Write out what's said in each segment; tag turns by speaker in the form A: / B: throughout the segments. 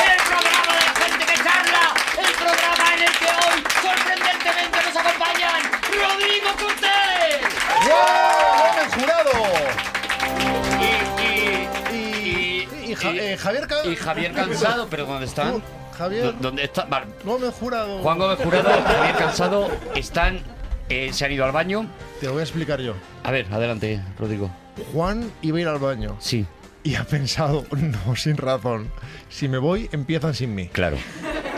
A: El programa de la gente que charla, el programa en el que hoy sorprendentemente nos acompañan Rodrigo Cortés
B: ¡Gómez Jurado!
A: y,
B: Y,
A: Y-
B: y Ja-
A: y-
B: eh, Javier Ca-
A: y- y Javier Cansado, pero ¿dónde están?
B: Javier
A: ¿Dónde está? Vale,
B: Gómez Jurado.
A: Juan Gómez Jurado, Javier Cansado, están, eh, se han ido al baño.
B: Te lo voy a explicar yo.
A: A ver, adelante, Rodrigo.
B: Juan iba a ir al baño
A: Sí,
B: y ha pensado, no, sin razón. Si me voy, empiezan sin mí.
A: claro.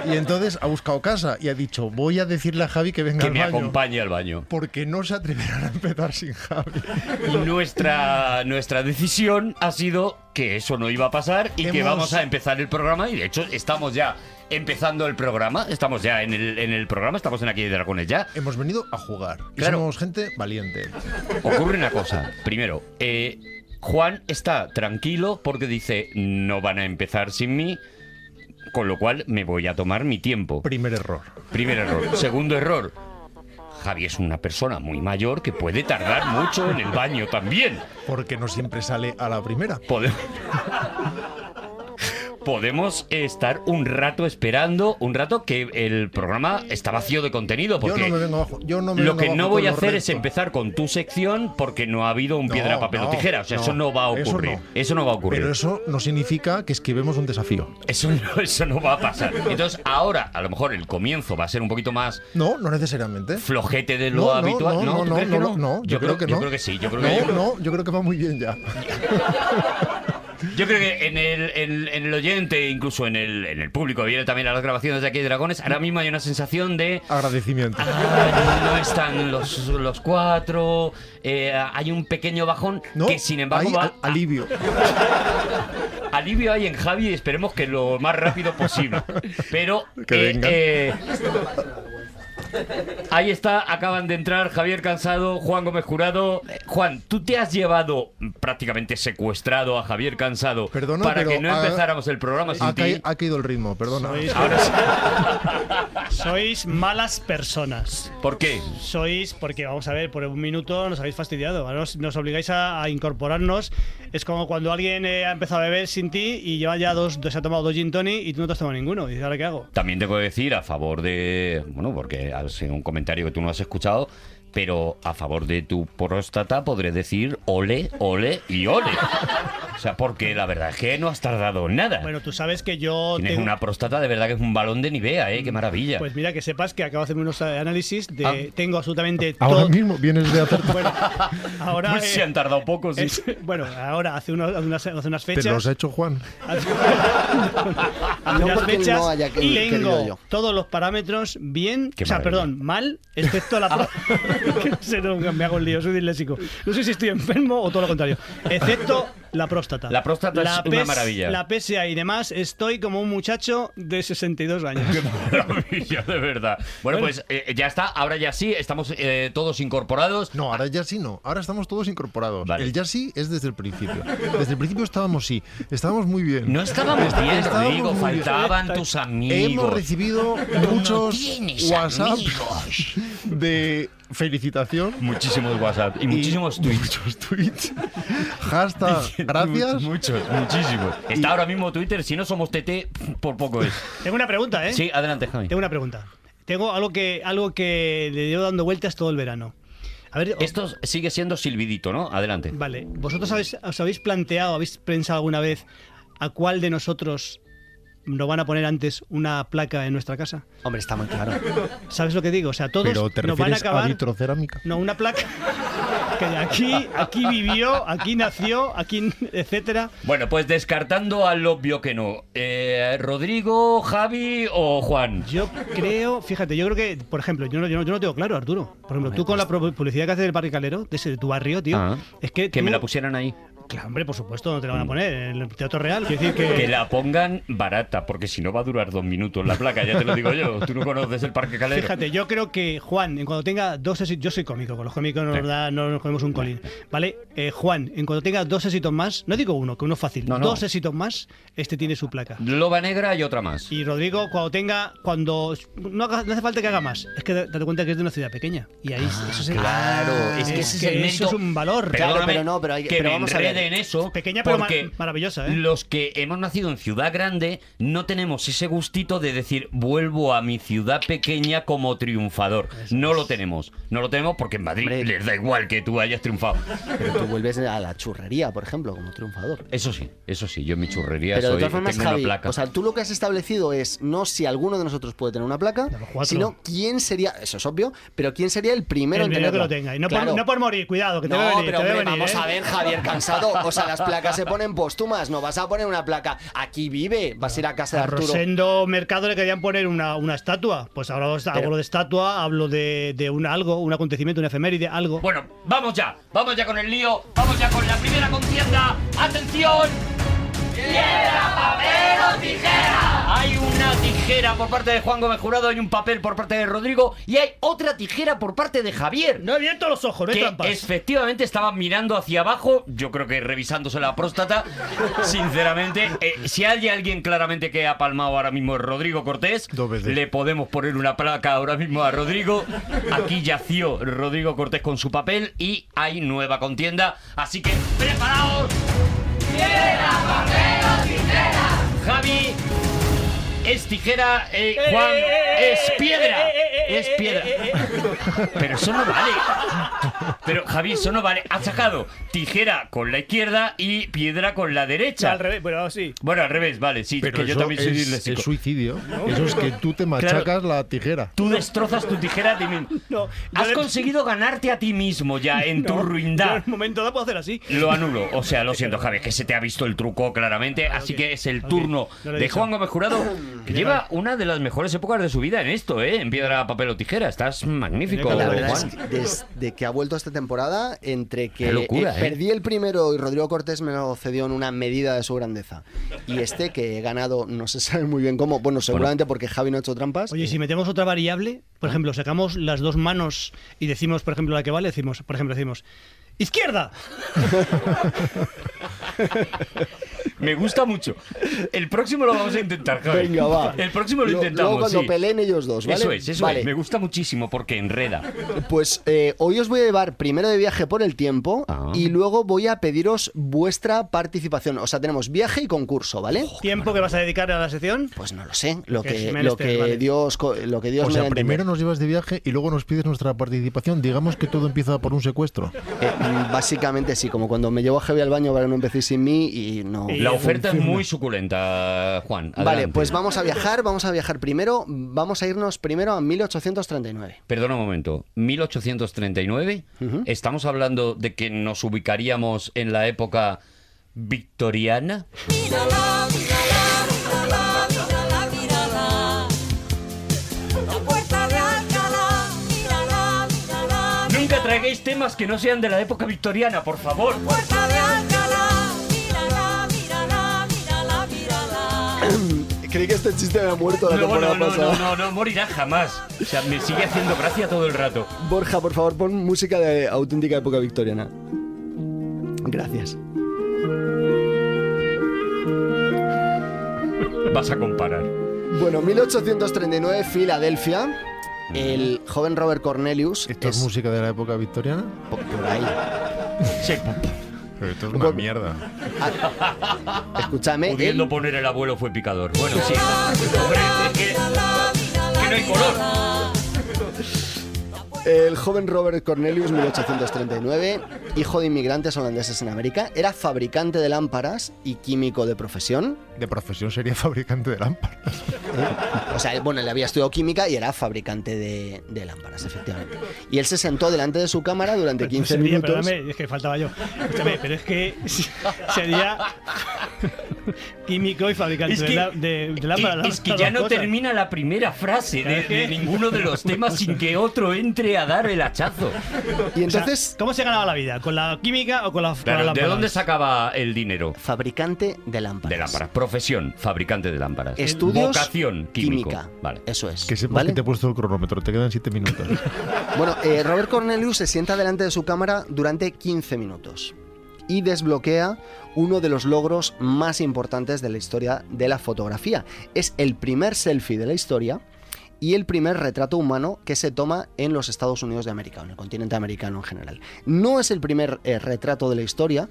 B: Y entonces ha buscado casa y ha dicho, voy a decirle a Javi que venga
A: Que
B: al
A: me
B: baño.
A: acompañe al baño.
B: Porque no se atreverán a empezar sin Javi.
A: Y nuestra, nuestra decisión ha sido que eso no iba a pasar y que
B: Hemos-
A: vamos a empezar el programa. Y de hecho, estamos ya empezando el programa. Estamos ya en el, en el programa, estamos en Aquí de Dragones ya.
B: Hemos venido a jugar. Y
A: Claro.
B: somos gente valiente.
A: Ocurre una cosa. Primero, eh, Juan está tranquilo porque dice: No van a empezar sin mí. Con lo cual me voy a tomar mi tiempo.
B: Primer error.
A: Primer error. Segundo error. Javi es una persona muy mayor que puede tardar mucho en el baño también.
B: Porque no siempre sale a la primera.
A: Pode- Podemos estar un rato esperando, un rato que el programa está vacío de contenido,
B: Yo
A: porque
B: no me vengo abajo. Yo no me
A: lo
B: vengo
A: que no
B: abajo
A: voy
B: con
A: a
B: lo
A: hacer es
B: recto.
A: empezar con tu sección porque no ha habido un
B: No,
A: piedra, papel o
B: no,
A: tijera. O sea,
B: no,
A: eso no va a
B: eso
A: ocurrir. Eso
B: no.
A: no, va a ocurrir.
B: Pero eso no significa que esquivemos un desafío.
A: Eso, no, eso no va a pasar. Entonces, ahora, a lo mejor el comienzo va a ser un poquito más
B: No, no necesariamente.
A: flojete de lo
B: No, no,
A: habitual.
B: no, no,
A: ¿Tú
B: no,
A: crees que
B: no, no, yo creo que no.
A: Yo creo que sí. Yo creo que
B: No, no, yo creo que va muy bien ya.
A: Yo creo que en el, en- en el oyente, incluso en el, en el público, viene también a las grabaciones de aquí de Dragones, ahora mismo hay una sensación de...
B: Agradecimiento.
A: "Ah, no están los, los cuatro, eh, hay un pequeño bajón
B: No,
A: que sin embargo
B: hay
A: va-
B: al- alivio.
A: alivio hay en Javi y esperemos que lo más rápido posible. Pero
B: Que
A: eh,
B: venga.
A: eh, ahí está, acaban de entrar Javier Cansado, Juan Gómez Jurado. Eh, Juan, tú te has llevado mm, prácticamente secuestrado a Javier Cansado
B: Perdona,
A: para
B: pero
A: que no
B: ha-
A: empezáramos el programa sin
B: Ha,
A: ti.
B: caí- ha caído el ritmo, perdona.
C: Sois,
A: Ahora sí.
C: sois malas personas.
A: ¿Por qué?
C: Sois, porque vamos a ver, por un minuto nos habéis fastidiado. Ahora Nos, nos obligáis a, a incorporarnos. Es como cuando alguien eh, ha empezado a beber sin ti y lleva ya dos, dos- se ha tomado dos gin tonic y tú no te has tomado ninguno. Y dices, ¿ahora qué hago?
A: También tengo que decir a favor de. Bueno, porque ha sido un comentario que tú no has escuchado. Pero a favor de tu próstata podré decir ole, ole y ole. O sea, porque la verdad es que no has tardado nada.
C: Bueno, tú sabes que yo
A: Tienes
C: tengo-
A: una próstata de verdad que es un balón de Nivea, ¿eh? Qué maravilla.
C: Pues mira, que sepas que acabo de hacerme unos eh, análisis de...
A: Ah.
C: Tengo absolutamente
B: Ahora
C: todo...
B: mismo vienes de hacer.
C: Bueno, ahora...
A: Pues sí,
C: eh,
A: han tardado poco, sí.
C: es- bueno, ahora, hace, unos- unas, hace unas
B: Te
C: fechas...
B: los ha hecho Juan.
C: A
D: No
C: las
D: porque
C: fechas
D: no haya que-
C: tengo
D: querido yo.
C: todos los parámetros bien,
A: Qué
C: o sea,
A: maravilla.
C: perdón, mal, excepto la pro- que no sé, no, me hago el lío, soy disléxico. No sé si estoy enfermo o todo lo contrario, excepto la próstata.
A: La próstata es una maravilla.
C: La PSA y demás, estoy como un muchacho de 62 años.
A: Maravilla, de verdad. Bueno, pues eh, ya está, ahora ya sí, estamos eh, todos incorporados.
B: No, ahora ya sí no. Ahora estamos todos incorporados.
A: Vale.
B: El ya sí es desde el principio. Desde el principio estábamos sí. Estábamos muy bien.
A: No estábamos bien,
B: Estábamos
A: Rodrigo,
B: muy bien.
A: faltaban tus amigos.
B: Hemos recibido muchos WhatsApp de felicitación.
A: Muchísimos WhatsApp y
B: y
A: muchísimos tweets.
B: Muchos tweets. Hashtag gracias.
A: Muchos, muchísimos. Está ahora mismo Twitter, si no somos TT, por poco es.
C: Tengo una pregunta, ¿eh?
A: Sí, adelante, Javi.
C: Tengo una pregunta. Tengo algo que algo que le llevo dando vueltas todo el verano. A ver,
A: Esto sigue siendo silbidito, ¿no? Adelante.
C: Vale, ¿vosotros habéis- os habéis planteado, habéis pensado alguna vez a cuál de nosotros nos van a poner antes una placa en nuestra casa?
D: Hombre, está muy claro.
C: ¿Sabes lo que digo? O sea, todos
B: Pero te
C: nos van a
B: refieres a
C: acabar.
B: vitrocerámica.
C: no, una placa. Que aquí, aquí vivió, aquí nació, aquí, etcétera.
A: Bueno, pues descartando al obvio que no. Eh, ¿Rodrigo, Javi o Juan?
C: Yo creo, fíjate, yo creo que, por ejemplo, yo no, yo no, yo no tengo claro, Arturo. Por ejemplo, tú con la pro- publicidad que haces del barricalero, de, ese, de tu barrio, tío,
A: Ah.
C: es que.
A: Que me
C: tú-
A: la pusieran ahí.
C: Claro, hombre, por supuesto, no te la van a poner en el Teatro Real. Quiero decir
A: Que
C: que...
A: la pongan barata, porque si no va a durar dos minutos la placa, ya te lo digo yo. Tú no conoces el Parque Calero.
C: Fíjate, yo creo que Juan, en cuando tenga dos éxitos, yo soy cómico, con los cómicos no nos, da- no nos comemos un colín, ¿vale? Eh, Juan, en cuando tenga dos éxitos más, no digo uno, que uno es fácil,
A: No, no.
C: dos éxitos más, este tiene su placa.
A: Loba Negra y otra más.
C: Y Rodrigo, cuando tenga, cuando no, haga- no hace falta que haga más, es que date cuenta que es de una ciudad pequeña. Y ahí eso es el-
D: Ah, claro, es que ese es el
C: eso
D: mérito.
C: es un valor.
D: Claro,
A: Perdóname
D: pero no, pero hay-
A: que
D: pero
A: me
D: vamos a ver.
A: enrede en eso.
C: Pequeña, pero ma-
A: porque
C: maravillosa, ¿eh?
A: Los que hemos nacido en ciudad grande no tenemos ese gustito de decir vuelvo a mi ciudad pequeña como triunfador. No lo tenemos. No lo tenemos porque en Madrid
D: Hombre.
A: les da igual que tú hayas triunfado.
D: Pero tú vuelves a la churrería, por ejemplo, como triunfador.
A: Eso sí, eso sí. Yo en mi churrería
D: Pero de
A: soy,
D: todas formas,
A: tengo
D: Javi,
A: una placa.
D: o sea, tú lo que has establecido es no si alguno de nosotros puede tener una placa,
C: los cuatro.
D: sino quién sería, eso es obvio, pero quién sería el primero
C: El
D: en
C: primero que
D: tenerla.
C: lo tenga. Y no,
D: Claro.
C: por, no por morir, cuidado, que te
D: No,
C: voy a venir.
D: pero
C: te voy a
D: hombre,
C: venir,
D: vamos
C: ¿eh?
D: a ver, Javier Cansado. O sea, las placas se ponen póstumas. No vas a poner una placa. Aquí vive. Vas a ir a casa de
C: A
D: Arturo.
C: Rosendo Mercado le querían poner una, una estatua. Pues ahora os- hablo de estatua, hablo de, de un algo, un acontecimiento, una efeméride, algo.
A: Bueno, vamos ya, vamos ya con el lío, vamos ya con la primera contienda. ¡Atención! ¡Piedra, papel o tijera! Hay una tijera por parte de Juan Gómez Jurado, hay un papel por parte de Rodrigo y hay otra tijera por parte de Javier.
C: No he abierto los ojos, no hay
A: que
C: trampas.
A: efectivamente estaba mirando hacia abajo, yo creo que revisándose la próstata. Sinceramente, eh, si hay alguien claramente que ha palmado ahora mismo es Rodrigo Cortés,
B: Dos veces.
A: le podemos poner una placa ahora mismo a Rodrigo. Aquí yació Rodrigo Cortés con su papel y hay nueva contienda. Así que preparaos. Javi es tijera, eh, Juan es piedra. Es piedra. Pero eso no vale. Pero Javi, eso no vale. Ha sacado tijera con la izquierda y piedra con la derecha.
C: Al revés, bueno, sí.
A: Bueno, al revés, vale, sí,
B: Pero
A: que yo
B: eso
A: también soy
B: es,
A: disléxico.
B: es suicidio. Eso es que tú te machacas la tijera.
A: Tú destrozas tu tijera a ti mismo.
C: No, yo
A: Has
C: de-
A: conseguido ganarte a ti mismo ya en tu
C: No, yo
A: ruindad.
C: En un momento dado puedo hacer así.
A: Lo anulo, o sea, lo siento, Javi, que se te ha visto el truco claramente, así que es el
C: ok,
A: turno
C: no lo he
A: de
C: dicho.
A: Juan Gómez Jurado, que lleva una de las mejores épocas de su vida en esto, ¿eh? En piedra, papel o tijera. Estás magnífico,
D: La verdad es
A: Juan.
D: que desde que ha vuelto esta temporada, entre que
A: Qué locura, ¿eh?
D: perdí el primero y Rodrigo Cortés me lo cedió en una medida de su grandeza. Y este que he ganado, no se sabe muy bien cómo. Bueno, seguramente porque Javi no ha hecho trampas.
C: Oye, si metemos otra variable,
A: Ah.
C: por ejemplo, sacamos las dos manos y decimos, por ejemplo, la que vale, decimos, por ejemplo, decimos, izquierda.
A: Me gusta mucho. El próximo lo vamos a intentar, Javi.
D: Venga, va.
A: El próximo lo, intentamos.
D: Luego cuando
A: sí.
D: peleen ellos dos, ¿vale?
A: Eso es, eso
D: Vale.
A: es. Me gusta muchísimo porque enreda.
D: Pues eh, hoy os voy a llevar primero de viaje por el tiempo
A: Ah.
D: y luego voy a pediros vuestra participación. O sea, tenemos viaje y concurso, ¿vale?
C: Tiempo que vas a dedicar a la sección.
D: Pues no lo sé, lo
C: Que es
D: que, lo
C: menester,
D: que
C: vale.
D: Dios co- lo que Dios
B: O
D: me
B: sea,
D: dé a
B: primero
D: entender.
B: nos llevas de viaje y luego nos pides nuestra participación. Digamos que todo empieza por un secuestro.
D: Eh, mm, básicamente sí, como cuando me llevo a Javi al baño para que no empecéis sin mí y no.
C: Y-
A: La oferta es muy suculenta, Juan.
D: Vale,
A: Adelante.
D: pues vamos a viajar, vamos a viajar primero, vamos a irnos primero a 1839.
A: Perdona un momento. 1839. Estamos hablando de que nos ubicaríamos en la época victoriana.
E: Mírala, mírala, mírala, mírala, mírala. La puerta de Alcalá, mírala, mírala.
A: Nunca traigáis temas que no sean de la época victoriana, por favor.
E: Puerta de Alcalá, mírala, mírala, mírala, mírala.
D: Creí que este chiste había muerto
A: No, no, no, no, no, no morirá jamás. O sea, me sigue haciendo gracia todo el rato.
D: Borja, por favor, pon música de auténtica época victoriana. Gracias.
A: Vas a comparar.
D: Bueno, 1839, Filadelfia. El joven Robert Cornelius.
B: ¿Esto es,
D: es
B: música de la época victoriana?
D: po- por ahí.
A: Sí,
B: Pero esto es
D: una
B: mierda.
D: Escúchame.
A: pudiendo
D: él-
A: poner el abuelo fue picador. Bueno, sí. Hombre, es que-
E: Mírala, mírala,
A: que no hay color.
E: mírala.
D: el joven Robert Cornelius, 1839, hijo de inmigrantes holandeses en América, era fabricante de lámparas y químico de profesión.
B: De profesión sería fabricante de lámparas.
D: O sea, él- bueno, él había estudiado química y era fabricante de, de lámparas, efectivamente. Y él se sentó delante de su cámara durante 15
C: Sería,
D: minutos.
C: perdóname, es que faltaba yo. Escúchame, pero es que sería químico y fabricante
A: Es
C: de
A: que-
C: la- de, de lámparas.
A: Y- es que
C: las
A: ya
C: dos
A: no
C: cosas.
A: termina la primera frase de, de ninguno de los temas sin que otro entre a dar el hachazo.
D: Y
C: O sea,
D: entonces,
C: ¿Cómo se ganaba la vida? ¿Con la química o con la, con la
A: Claro, ¿de
C: lámpara?
A: dónde sacaba el dinero?
D: fabricante de lámparas.
A: De lámparas. Profesión, fabricante de lámparas.
D: Estudios,
A: Vocación, químico.
D: química.
A: Vale.
D: Eso es.
B: Que sepas
D: ¿vale?
B: que te he puesto el cronómetro, te quedan siete minutos.
D: Bueno, eh, Robert Cornelius se sienta delante de su cámara durante 15 minutos y desbloquea uno de los logros más importantes de la historia de la fotografía. Es el primer selfie de la historia y el primer retrato humano que se toma en los Estados Unidos de América, o en el continente americano en general. No es el primer eh, retrato de la historia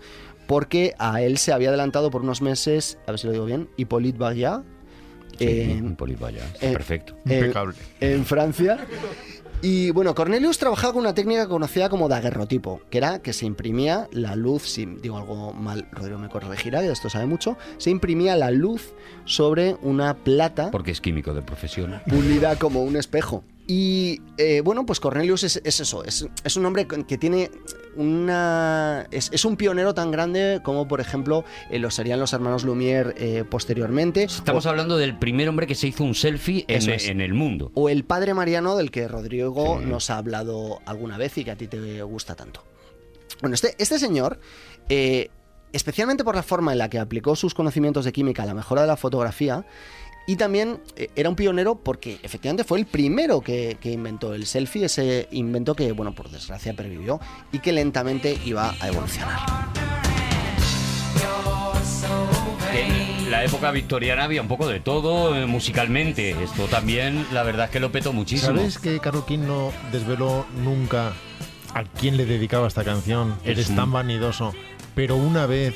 D: porque a él se había adelantado por unos meses, a ver si lo digo bien, Hippolyte Barriat. eh,
A: Sí, un polivaya.
D: eh,
A: Perfecto.
D: eh,
B: Impecable.
D: en Francia. Y bueno, Cornelius trabajaba con una técnica conocida como daguerrotipo, que era que se imprimía la luz, si digo algo mal, Rodrigo me corregirá, que de esto sabe mucho, se imprimía la luz sobre una plata
A: Porque es químico de profesión.
D: pulida como un espejo. Y eh, bueno, pues Cornelius es, es eso, es, es un hombre con- que tiene una... Es, es un pionero tan grande como, por ejemplo, eh, lo serían los hermanos Lumière eh, posteriormente.
A: Estamos
D: o-
A: hablando del primer hombre que se hizo un selfie en, e,
D: Eso es.
A: en el mundo.
D: o el padre Mariano del que Rodrigo
A: Sí.
D: nos ha hablado alguna vez y que a ti te gusta tanto. Bueno, este, este señor, eh, especialmente por la forma en la que aplicó sus conocimientos de química a la mejora de la fotografía, y también eh, era un pionero porque efectivamente fue el primero que, que inventó el selfie, ese invento que, bueno, por desgracia pervivió y que lentamente iba a evolucionar.
A: En la época victoriana había un poco de todo eh, musicalmente. Esto también, la verdad es que lo petó muchísimo.
B: ¿Sabes que Carol King no desveló nunca a quién le dedicaba esta canción?
A: Es
B: Eres
A: un-
B: tan vanidoso. Pero una vez,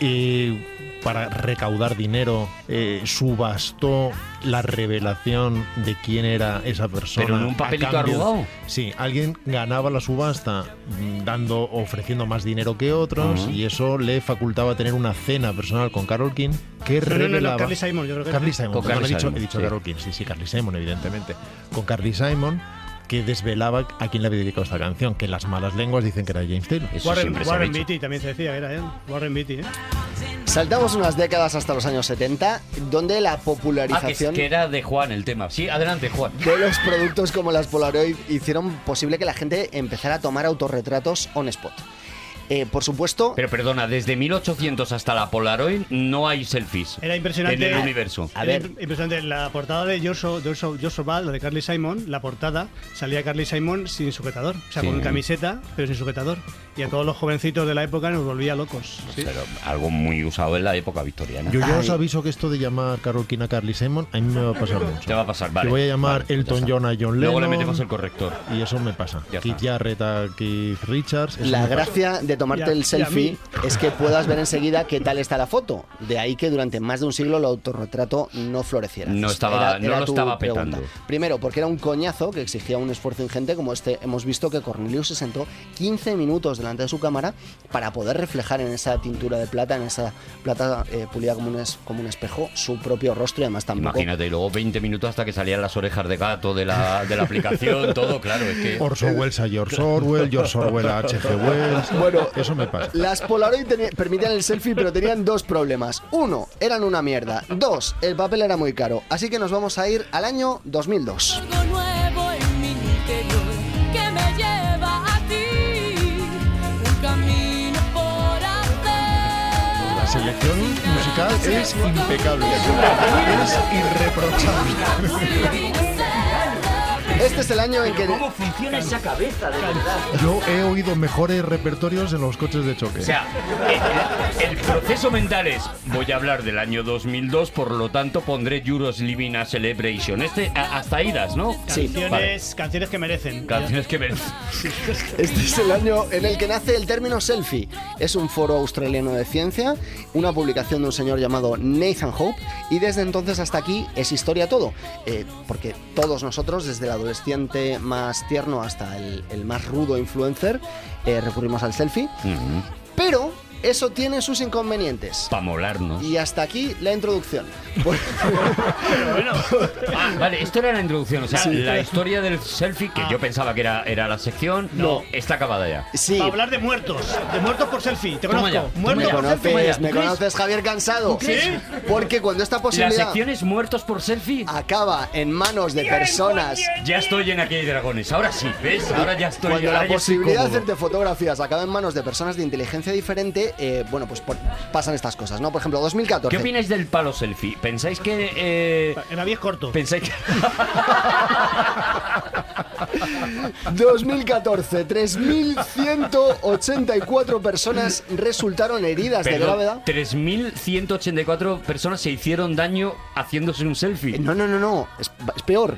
B: eh, para recaudar dinero, eh, subastó la revelación de quién era esa persona.
A: Pero en un
B: a
A: papelito
B: cambio-
A: arrugado.
B: Sí, alguien ganaba la subasta mm, dando, ofreciendo más dinero que otros
A: Ujú.
B: y eso le facultaba tener una cena personal con Carol King que
C: No, no, no,
B: revelaba...
C: no, Carly Simon, yo creo que
B: Carly Simon,
A: Con
B: perdón,
A: Carly
B: he dicho,
A: Simon,
B: he dicho
A: sí.
B: Carole King, sí, sí, Carly Simon, evidentemente. Con Carly Simon, que desvelaba a quién le había dedicado esta canción, que las malas lenguas dicen que era James Taylor.
A: Eso
C: Warren,
A: siempre se ha
C: Warren
A: dicho.
C: Beatty también se decía que era él. Warren Beatty, ¿eh?
D: Saltamos unas décadas hasta los años 70, donde la
A: Ah, que,
D: popularización...
A: que era de Juan el tema. Sí, adelante, Juan.
D: de los productos como las Polaroid hicieron posible que la gente empezara a tomar autorretratos on spot. Eh, por supuesto,
A: Pero perdona, desde 1800 hasta la Polaroid no hay selfies.
C: Era impresionante.
A: En el universo.
D: A
C: Era
D: ver.
C: imp- impresionante. La portada de George, O- George, O- George Orwell, la de Carly Simon, la portada, salía Carly Simon sin sujetador. O sea,
A: Sí.
C: con camiseta, pero sin sujetador. Y a todos los jovencitos de la época nos volvía locos.
A: Pero algo muy usado en la época victoriana.
B: Yo ya os
D: Ay.
B: aviso que esto de llamar Carol King a Carly Simon, a mí me va a pasar mucho.
A: Te va a pasar, vale.
B: Que voy a llamar
A: Vale, ya
B: Elton
A: está.
B: John a John Lennon.
A: Luego le metemos el corrector.
B: Y eso me pasa.
A: Ya
B: Keith
A: está.
B: Jarrett a Keith Richards. eso
D: la
B: me pasa.
D: gracia de
C: Y
D: tomarte
C: a- y
D: el
C: a
D: selfie
C: mí.
D: es que puedas ver enseguida qué tal está la foto. De ahí que durante más de un siglo el autorretrato no floreciera.
A: No
D: Esta
A: estaba- no lo
D: tu
A: estaba
D: pregunta.
A: petando.
D: Primero, porque era un coñazo que exigía un esfuerzo ingente como este. Hemos visto que Cornelius se sentó 15 minutos delante de su cámara para poder reflejar en esa tintura de plata, en esa plata eh, pulida como un, es- como un espejo, su propio rostro y además tampoco
A: Imagínate, y luego 20 minutos hasta que salían las orejas de gato de la, de la aplicación, todo, claro. Es que...
B: Orson Welles a George Orwell, George Orwell a H.G. Wells.
D: Bueno.
B: eso me pasa.
D: Las Polaroid teni- permitían el selfie, pero tenían dos problemas. Uno, eran una mierda. Dos, el papel era muy caro. Así que nos vamos a ir al año 2002.
E: Algo nuevo en mi interior que me lleva a ti. Un camino por hacer.
B: La selección musical es impecable. Es irreprochable.
D: Este es el año en que.
A: funciona esa cabeza, de verdad?
B: Yo he oído mejores repertorios en los coches de choque.
A: O sea, eh, el, proceso mental es, voy a hablar del año 2002, por lo tanto pondré Euros Living a Celebration. Este, a- hasta idas, ¿no?
D: Sí,
C: Canciones,
A: vale.
C: canciones que merecen.
A: Canciones que me...
D: Este es el año en el que nace el término selfie. Es un foro australiano de ciencia, una publicación de un señor llamado Nathan Hope, y desde entonces hasta aquí es historia todo. Eh, porque todos nosotros, desde el adolescente más tierno hasta el, el más rudo influencer, eh, recurrimos al selfie.
A: Ujú.
D: Pero Eso tiene sus inconvenientes.
A: Para molarnos.
D: Y hasta aquí la introducción. Bueno,
A: Ah, vale, esto era la introducción. O sea, la historia del selfie,
D: Ah.
A: que yo pensaba que era, era la sección, no. está acabada ya.
D: sí,
C: Para hablar de muertos, de muertos por selfie. Te
A: Toma
C: conozco.
A: ya, toma
C: muertos
D: me
A: ya.
C: por selfie.
D: conoces, me
A: ¿Tú crees?
D: conoces Javier Cansado.
C: crees? Sí.
D: Porque cuando esta
A: La
D: posibilidad
A: sección es muertos por selfie.
D: Ah. acaba en manos de personas
A: Ya estoy en aquellos dragones. Ahora sí, ¿ves? Ahora ya estoy.
D: Cuando la
A: ahora ya estoy
D: posibilidad de
A: cómodo.
D: hacerte fotografías acaba en manos de personas de inteligencia diferente, eh, bueno, pues por- pasan estas cosas, ¿no? Por ejemplo, 2014.
A: ¿Qué opináis del palo selfie? ¿Pensáis que.? eh,
C: El avión es corto.
A: ¿Pensáis que.?
D: 2014, 3.184 personas resultaron heridas de
A: Perdón,
D: gravedad.
A: 3.184 personas se hicieron daño haciéndose un selfie.
D: Eh, No, no, no, no, es, es peor.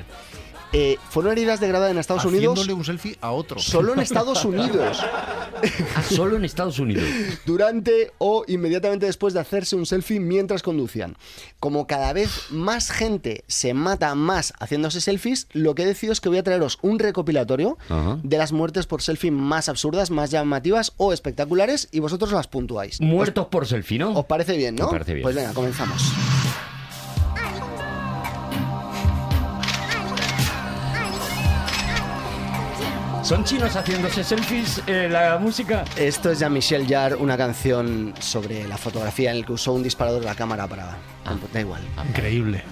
D: Eh, fueron heridas de gravedad en Estados Unidos
B: Haciéndole un selfie a otro.
D: solo en Estados Unidos.
A: Ah, solo en Estados Unidos.
D: durante o inmediatamente después de hacerse un selfie mientras conducían. Como cada vez más gente se mata más haciéndose selfies, lo que he decidido es que voy a traeros un recopilatorio
A: Ajá.
D: de las muertes por selfie más absurdas, más llamativas o espectaculares y vosotros las puntuáis.
A: Muertos por selfie, ¿no?
D: ¿Os parece bien, no?
A: Me parece bien.
D: Pues venga, comenzamos.
A: ¿Son chinos haciéndose selfies eh, la música?
D: Esto es ya Michelle Jarre, una canción sobre la fotografía en el que usó un disparador de la cámara para...
A: Ah.
D: Da igual.
B: Increíble.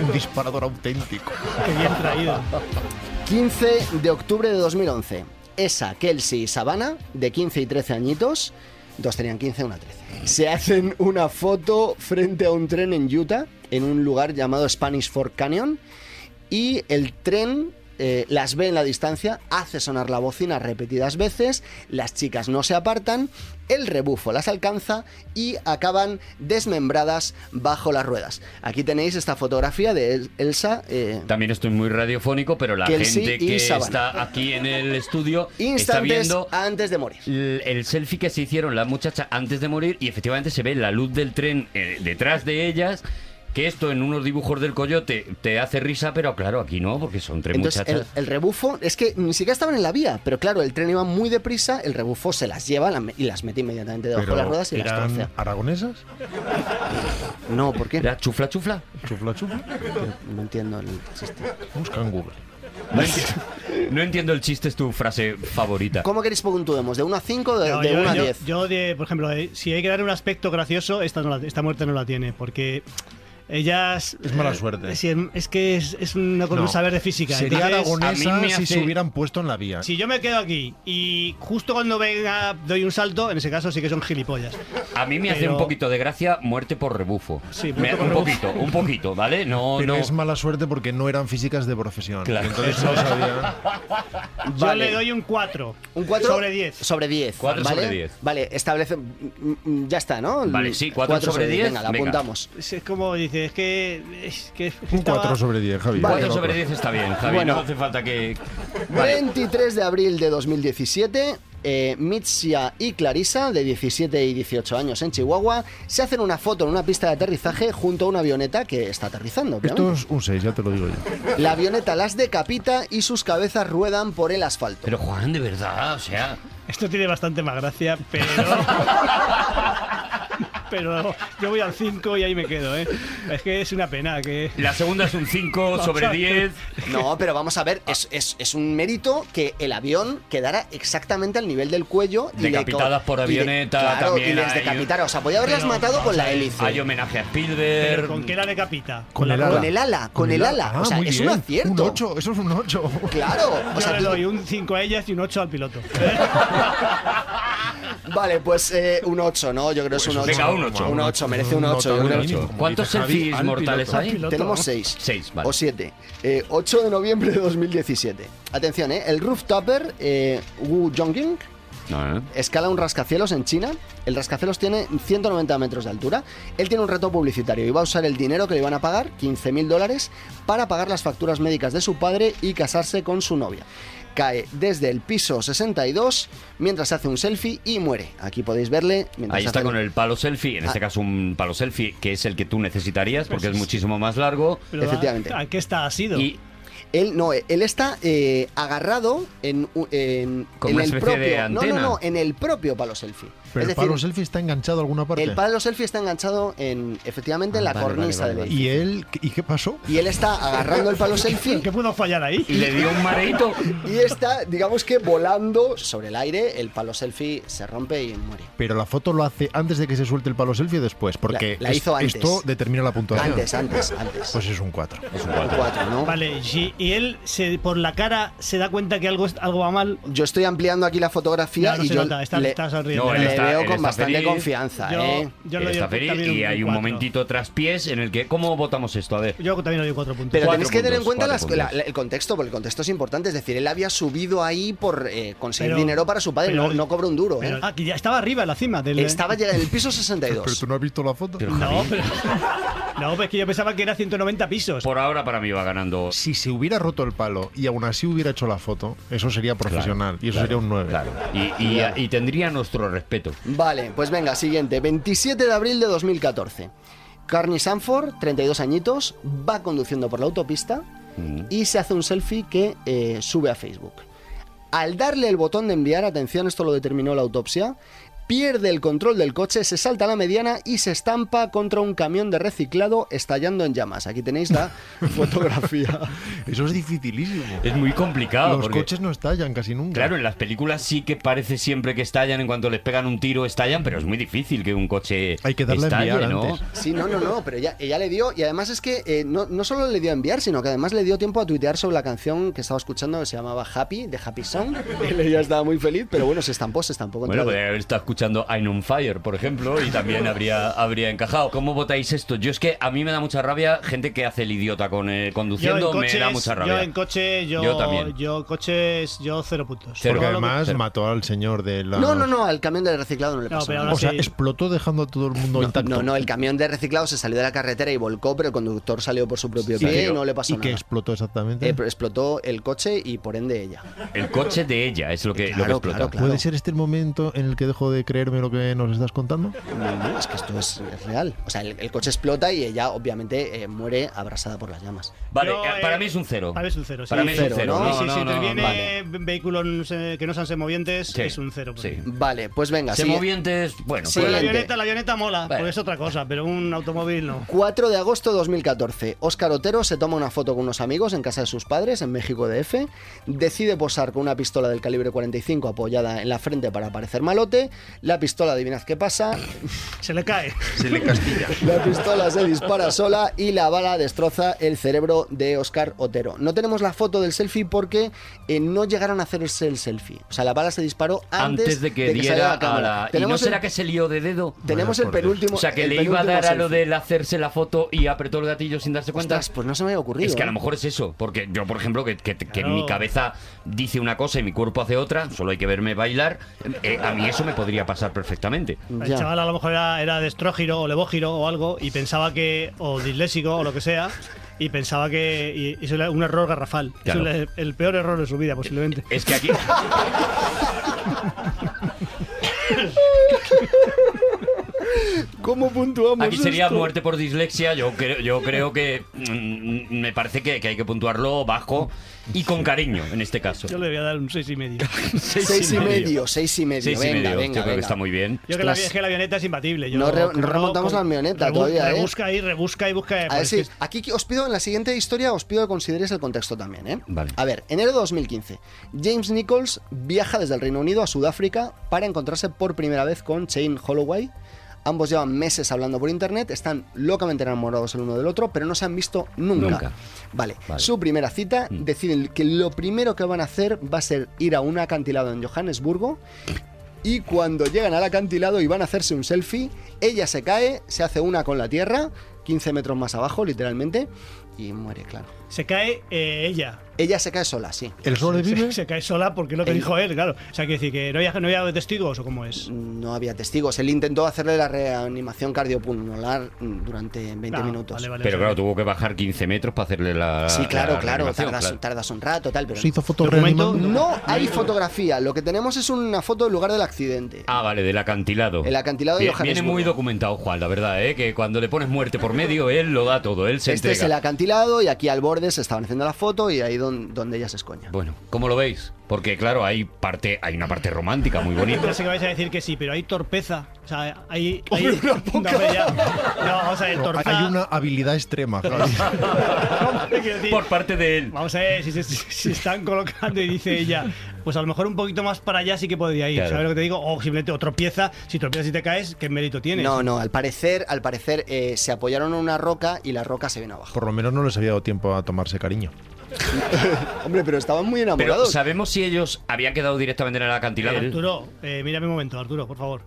B: Un disparador auténtico.
C: Qué bien traído.
D: 15 de octubre de 2011. Esa, Kelsey y Savannah, de 15 y 13 añitos, dos tenían 15, una 13, se hacen una foto frente a un tren en Utah, en un lugar llamado Spanish Fork Canyon, y el tren eh, las ve en la distancia, hace sonar la bocina repetidas veces, las chicas no se apartan, el rebufo las alcanza y acaban desmembradas bajo las ruedas. Aquí tenéis esta fotografía de El- Elsa. eh,
A: También estoy muy radiofónico, pero la
D: Kelsey
A: gente
D: y
A: que
D: Sabana.
A: está aquí en el estudio está
D: Instantes
A: viendo
D: antes de morir.
A: l- el selfie que se hicieron las muchachas antes de morir y efectivamente se ve la luz del tren eh, detrás de ellas. Que esto en unos dibujos del coyote te hace risa, pero claro, aquí no, porque son tres
D: Entonces, el,
A: muchachas.
D: el rebufo, es que ni siquiera estaban en la vía, pero claro, el tren iba muy deprisa, el rebufo se las lleva la me- y las mete inmediatamente debajo de las ruedas y las
B: ¿Eran
D: torce.
B: aragonesas?
D: No, ¿por qué?
A: Era chufla, chufla.
B: Chufla chufla.
D: No entiendo el chiste.
B: Busca en Google.
A: No,
D: Pues
A: enti- no entiendo el chiste, es tu frase favorita.
D: ¿Cómo queréis que puntuemos? ¿De 1 a 5 de,
C: No,
D: de
C: yo,
D: 1 a
C: yo-
D: 10?
C: yo de- por ejemplo, eh, si hay que darle un aspecto gracioso, esta, no la- esta muerte no la tiene, porque ellas...
B: Es mala
C: eh,
B: suerte.
C: sí, em, es que es, es una- con
B: No.
C: un saber de física.
B: Sería
C: entonces,
A: a mí
B: aragonesa
A: me
B: si
A: hace-
B: se hubieran puesto en la vía.
C: Si yo me quedo aquí y justo cuando venga doy un salto, en ese caso sí que son gilipollas.
A: A mí me hace
C: Pero-
A: un poquito de gracia muerte por rebufo.
C: Sí,
A: Me-
C: muerte por
A: un
C: rebufo.
A: poquito, un poquito, ¿vale? No,
B: Pero
A: no.
B: es mala suerte porque no eran físicas de profesión.
A: Claro.
B: Entonces no sabía.
C: Yo
D: Vale.
C: le doy un 4.
D: ¿Un 4?
C: Sobre 10.
D: Sobre 10.
A: Cuatro
D: ¿vale?
A: sobre 10.
D: Vale, establece. mm, mm, Ya está, ¿no?
A: Vale, sí, cuatro
D: Cuatro
A: sobre 10,
D: Venga, la
A: venga.
D: apuntamos.
C: Es es como dice, es que... Es que
B: Un
C: estaba-
B: 4 sobre 10, Javi.
A: Cuatro
B: Qué loco.
A: sobre 10 está bien, Javi.
D: Bueno.
A: No hace falta que. Vale.
D: 23 de abril de 2017, eh, Mitsia y Clarisa, de 17 y 18 años en Chihuahua, se hacen una foto en una pista de aterrizaje junto a una avioneta que está aterrizando. obviamente.
B: Esto es un 6, ya te lo digo yo.
D: La avioneta las decapita y sus cabezas ruedan por el asfalto.
A: Pero Juan, de verdad, o sea.
C: Esto tiene bastante más gracia, pero... Pero yo voy al 5 y ahí me quedo, ¿eh? Es que es una pena que...
A: La segunda es un 5 sobre 10.
D: No, pero vamos a ver, es, es- es un mérito que el avión quedara exactamente al nivel del cuello. y le co-
A: Decapitadas por
D: y de-
A: avioneta
D: claro,
A: también
D: y les
A: hay-
D: decapitara. O sea, podía haberlas
C: Pero,
D: matado con la hélice.
A: Hay homenaje a
C: Pero
A: Spielberg.
C: ¿Con qué la decapita?
B: Con el ala.
D: Con el ala, con el ala.
B: Ah,
D: O sea,
B: muy
D: es un
B: bien. Un
D: acierto.
B: 8, eso es un 8.
D: Claro. O
C: Yo
D: sea,
C: le
D: tú-
C: doy un 5 a ellas y un 8 al piloto.
D: Vale, pues eh, un 8, ¿no? Yo creo que es un 8.
A: Pues venga, un ocho.
D: Un 8, merece un 8.
A: un ocho. ¿Cuántos selfies mortales hay?
D: Tenemos 6.
A: Seis, vale.
D: O 7. 8 de noviembre de 2017. Atención, ¿eh? El rooftopper eh, Wu Jongking
A: No, ¿eh?
D: escala un rascacielos en China. El rascacielos tiene 190 metros de altura. Él tiene un reto publicitario y va a usar el dinero que le van a pagar, 15.000 dólares, para pagar las facturas médicas de su padre y casarse con su novia. Cae desde el piso 62 mientras hace un selfie y muere. Aquí podéis verle. mientras Ah.
A: Ahí está
D: hace-
A: con el palo selfie, en este caso un palo selfie que es el que tú necesitarías porque
C: Pues
A: es muchísimo más largo.
C: Pero,
D: Efectivamente.
C: ¿a, a qué está ha sido?
A: Y
D: Él no, él está eh, agarrado en, u- en,
A: Como
D: en
A: una
D: el
A: especie
D: propio.
A: de
D: no, no,
A: antena.
D: no, en el propio palo selfie.
B: Pero
D: Es
B: el
D: decir,
B: palo selfie está enganchado a alguna parte.
D: El palo selfie está enganchado en, efectivamente, en
F: Ah,
D: la
F: vale, vale,
D: cornisa
F: vale,
D: del
F: vale.
D: edificio.
B: ¿Y él? ¿Y qué pasó?
D: Y él está agarrando el palo selfie
C: ¿Qué pudo fallar ahí?
A: Y le dio un mareito.
D: y está, digamos que volando sobre el aire. El palo selfie se rompe y muere.
B: Pero la foto lo hace antes de que se suelte el palo selfie o después, porque
D: La- la
B: es-
D: hizo antes.
B: esto determina la puntuación.
D: Antes, antes, antes.
B: Pues es un 4.
A: Es un
D: Un
A: cuatro.
D: cuatro, ¿no?
C: Vale, y, y él se, por la cara se da cuenta que algo, es- algo va mal.
D: Yo estoy ampliando aquí la fotografía
C: No, no
D: y
C: se
D: yo
C: nota, está,
D: le,
C: está sonriendo.
A: No,
D: le
A: Él está-
D: veo
A: él
D: con
A: está
D: bastante
A: feliz.
D: confianza,
C: yo,
D: ¿eh?
C: yo
A: Él
C: le doy
A: está feliz
C: también
A: y hay un
C: cuatro.
A: momentito traspiés en el que. ¿Cómo votamos esto? A ver.
C: Yo también le doy cuatro puntos.
D: Pero
A: Cuatro
D: tenéis que tener en
A: puntos,
D: cuenta
A: cuatro
D: las- la-
A: puntos.
D: la- el contexto, porque el contexto es importante. Es decir, él había subido ahí por eh, conseguir
C: Pero-
D: dinero para su padre.
C: pero-
D: no, no cobra un duro,
C: Pero-
D: ¿eh?
C: ah, que ya estaba arriba en la cima del.
D: Estaba ya en el piso
B: Pero
D: 62.
B: tú no has visto la foto.
A: Pero,
C: No,
A: Javi,
C: pero. No, pero es que yo pensaba que era 190 pisos.
A: por ahora para mí va ganando.
B: Si se hubiera roto el palo y aún así hubiera hecho la foto, eso sería profesional y eso sería un 9.
A: Claro. Y, y- y tendría nuestro respeto.
D: Vale, pues venga, siguiente. 27 de abril de 2014. Carney Sanford, 32 añitos, va conduciendo por la autopista y se hace un selfie que eh, sube a Facebook. Al darle el botón de enviar, atención, esto lo determinó la autopsia, pierde el control del coche, se salta a la mediana y se estampa contra un camión de reciclado estallando en llamas. Aquí tenéis la fotografía.
B: Eso es dificilísimo.
A: Es muy complicado.
B: Los
A: porque-
B: coches no estallan casi nunca.
A: Claro, en las películas sí que parece siempre que estallan, en cuanto les pegan un tiro estallan, pero es muy difícil que un coche
B: Hay que darle a
A: estalle,
B: enviar
A: ¿no?
B: antes.
D: Sí, no, no, no, pero ella, ella le dio, y además es que eh, no, no solo le dio a enviar, sino que además le dio tiempo a tuitear sobre la canción que estaba escuchando que se llamaba Happy, de Happy Song. Él ella estaba muy feliz, pero bueno, se estampó, se estampó contra
A: Bueno,
D: el-
A: podría haber estado escuchando I'm on Fire, por ejemplo, y también habría, habría encajado. ¿Cómo votáis esto? Yo es que a mí me da mucha rabia gente que hace el idiota con eh,
C: Yo en
A: conduciendo,
C: coches,
A: me da mucha
C: yo
A: rabia.
C: en coche, yo,
A: Yo también.
C: Yo en coches, yo cero puntos.
A: Cero.
B: Porque
C: Todo lo que-
B: además
A: pero-
B: mató al señor de la.
D: No, no, no, al camión de reciclado no le
C: No,
D: pasó
C: pero
D: nada.
C: ahora
B: O sea,
C: sí.
B: explotó dejando a todo el mundo intacto.
D: No, no, el camión de reciclado se salió de la carretera y volcó, pero el conductor salió por su propio
A: Sí,
D: pie y
A: pero-
D: no le pasó
B: ¿Y qué
D: nada.
B: explotó exactamente?
D: Eh, pero explotó el coche y por ende ella.
A: El coche de ella es lo que, lo que
D: Claro,
A: explota.
D: claro, claro.
B: ¿Puede ser este el momento en el que dejo de creerme lo que nos estás contando?
D: No, no, es que esto es, es real. O sea, el, el coche explota y ella obviamente eh, muere abrasada por las llamas.
A: Vale,
C: Yo,
A: eh, para
C: eh,
A: mí es un cero.
C: Para mí es un cero. sí.
A: Para mí es un
D: Cero,
A: cero.
D: ¿no?
A: No,
C: sí, sí,
A: no,
C: si
A: no,
C: interviene
A: vale.
C: vehículos eh, que no sean semovientes,
A: Sí,
C: es un cero. por
A: sí.
C: mí.
D: Vale, pues venga,
A: Se
D: sigue.
A: movientes, bueno,
D: Sí.
C: Pero la
D: Siguiente.
C: avioneta, la avioneta mola,
A: Vale.
C: porque es otra cosa, pero un automóvil no.
D: 4 de agosto de 2014, Óscar Otero se toma una foto con unos amigos en casa de sus padres en México DF, decide posar con una pistola del calibre 45 apoyada en la frente para parecer malote, la pistola, adivinad qué pasa,
C: Se le cae.
D: la pistola se dispara sola y la bala destroza el cerebro de Óscar Otero. No tenemos la foto del selfie porque eh, no llegaron a hacerse el selfie, o sea, la bala se disparó antes,
A: antes, de que
D: saliera
A: diera
D: la
A: a
D: cámara.
A: la... ¿Y no
D: Tenemos
A: será
D: el-
A: que se lió de dedo?
D: Tenemos
B: Vaya
D: el
B: por Dios.
D: penúltimo.
A: O sea, que
D: el
A: le iba a
D: penúltimo
A: dar a lo
D: selfie.
A: del hacerse la foto y apretó el gatillo sin darse cuenta.
D: Ostras, pues no se me había ocurrido.
A: Es que a lo
D: ¿eh?
A: mejor es eso, porque yo, por ejemplo, que, que- que
C: Claro.
A: mi cabeza dice una cosa y mi cuerpo hace otra, solo hay que verme bailar, eh, a mí eso me podría pasar perfectamente.
C: El
D: Ya.
C: chaval a lo mejor era, era de estrógiro o levógiro o algo y pensaba que. o disléxico o lo que sea. Y pensaba que. y hizo la- un error garrafal. Hizo
A: Claro.
C: la- el, peor error de su vida, posiblemente.
A: Es que aquí...
D: ¿Cómo puntuamos
A: Aquí sería
D: esto?
A: muerte por dislexia. Yo creo, yo creo que mm, me parece que, que hay que puntuarlo bajo y con cariño en este caso.
C: Yo le voy a dar un seis y medio.
A: Seis,
D: Seis y medio, seis y medio.
A: Seis y
D: venga,
A: medio.
D: venga,
A: yo creo que
D: venga.
A: está muy bien.
C: Yo que la,
D: Ostras.
C: es que la avioneta es imbatible. Yo,
D: No re-
C: como
D: no remontamos
C: como-
D: la avioneta todavía, ¿eh?
C: Rebusca ahí, rebusca y busca.
D: A ver,
C: pues
D: sí,
C: es que-
D: aquí os pido en la siguiente historia, os pido que consideréis el contexto también, ¿eh?
A: Vale.
D: A ver, enero de 2015, James Nichols viaja desde el Reino Unido a Sudáfrica para encontrarse por primera vez con Shane Holloway. Ambos llevan meses hablando por internet, están locamente enamorados el uno del otro, pero no se han visto nunca.
A: Nunca.
D: Vale.
A: Vale. Mm.
D: su primera cita, deciden que lo primero que van a hacer va a ser ir a un acantilado en Johannesburgo Y cuando llegan al acantilado y van a hacerse un selfie, ella se cae, se hace una con la tierra, 15 metros más abajo, literalmente, y muere, claro.
C: Se cae eh, ella.
D: Ella se cae sola, sí.
B: ¿El sobrevive?
C: Se, se cae sola porque es lo que
D: Ey.
C: dijo él, claro. O sea, quiere decir que no había, no había testigos o cómo es.
D: No había testigos. Él intentó hacerle la reanimación cardiopulmonar durante 20
C: Ah,
D: minutos.
C: vale, vale,
A: Pero
C: o sea,
A: claro, tuvo que bajar 15 metros para hacerle la.
D: Sí, claro,
A: Ah, la
D: claro.
A: reanimación,
D: Tardas,
A: claro.
D: tardas un rato, tal, pero.
B: ¿Se hizo foto
C: Documento,
B: reanimando?
D: No hay fotografía. Lo que tenemos es una foto del lugar del accidente.
A: Ah, vale, del acantilado.
D: El acantilado de
A: Bien, Viene
D: Johannesburgo.
A: muy documentado, Juan, la verdad, ¿eh? que cuando le pones muerte por por medio, él lo da todo, él se
D: Este es el
A: entrega.
D: acantilado y aquí al borde se estaban haciendo la foto y ahí don- donde ella se escoña.
A: Bueno, ¿cómo lo veis? Porque claro, hay parte, hay una parte romántica muy
C: Yo
A: bonita.
C: sé que vais a decir que sí, pero hay torpeza. O sea, hay. hay no, hombre, ya. No, vamos a ver,
B: No,
C: torpeza.
B: hay una habilidad extrema. Javi.
C: Quiero decir,
A: Por parte de él.
C: Vamos a ver, si se si- si están colocando y dice ella, pues a lo mejor un poquito más para allá sí que podría ir,
A: Claro.
C: ¿sabes lo que te digo? O simplemente o tropieza, si tropiezas y te caes, ¿qué mérito tienes?
D: No, no, al parecer, al parecer eh, se apoyaron en una roca y la roca se vino abajo.
B: Por lo menos no les había dado tiempo a tomarse cariño.
D: Hombre, pero estaban muy
A: Pero
D: enamorados.
A: sabemos si ellos habían quedado directamente en el acantilado.
C: Arturo, eh, mírame un momento, Arturo, por favor.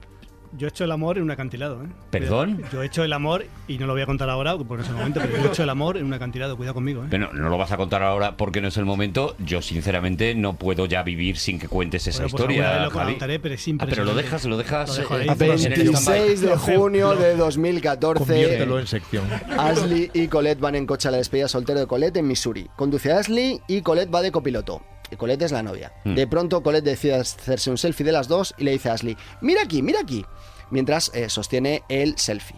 C: Yo he hecho el amor en un acantilado, ¿eh?
A: ¿Perdón?
C: Yo he hecho el amor, y no lo voy a contar ahora, por ese momento, pero yo he hecho el amor en un acantilado, cuidado conmigo, ¿eh?
A: Pero no, no lo vas a contar ahora porque no es el momento. Yo sinceramente no puedo ya vivir sin que cuentes esa
C: Bueno, pues alguna
A: historia.
C: vez lo
A: Javi.
C: contaré, pero es
A: Ah, pero lo
C: impresionante.
A: dejas, lo dejas.
C: Lo dejo
A: eh,
C: ahí.
A: en el stand-by.
D: 26 de junio de
B: Conviértelo
D: 2014,
B: en sección.
D: Ashley y Colette van en coche a la despedida soltero de Colette en Missouri. Conduce a Ashley y Colette va de copiloto. Y Colette es la novia. De pronto Colette decide hacerse un selfie de las dos y le dice a Ashley, mira aquí, mira aquí, mientras eh, sostiene el selfie.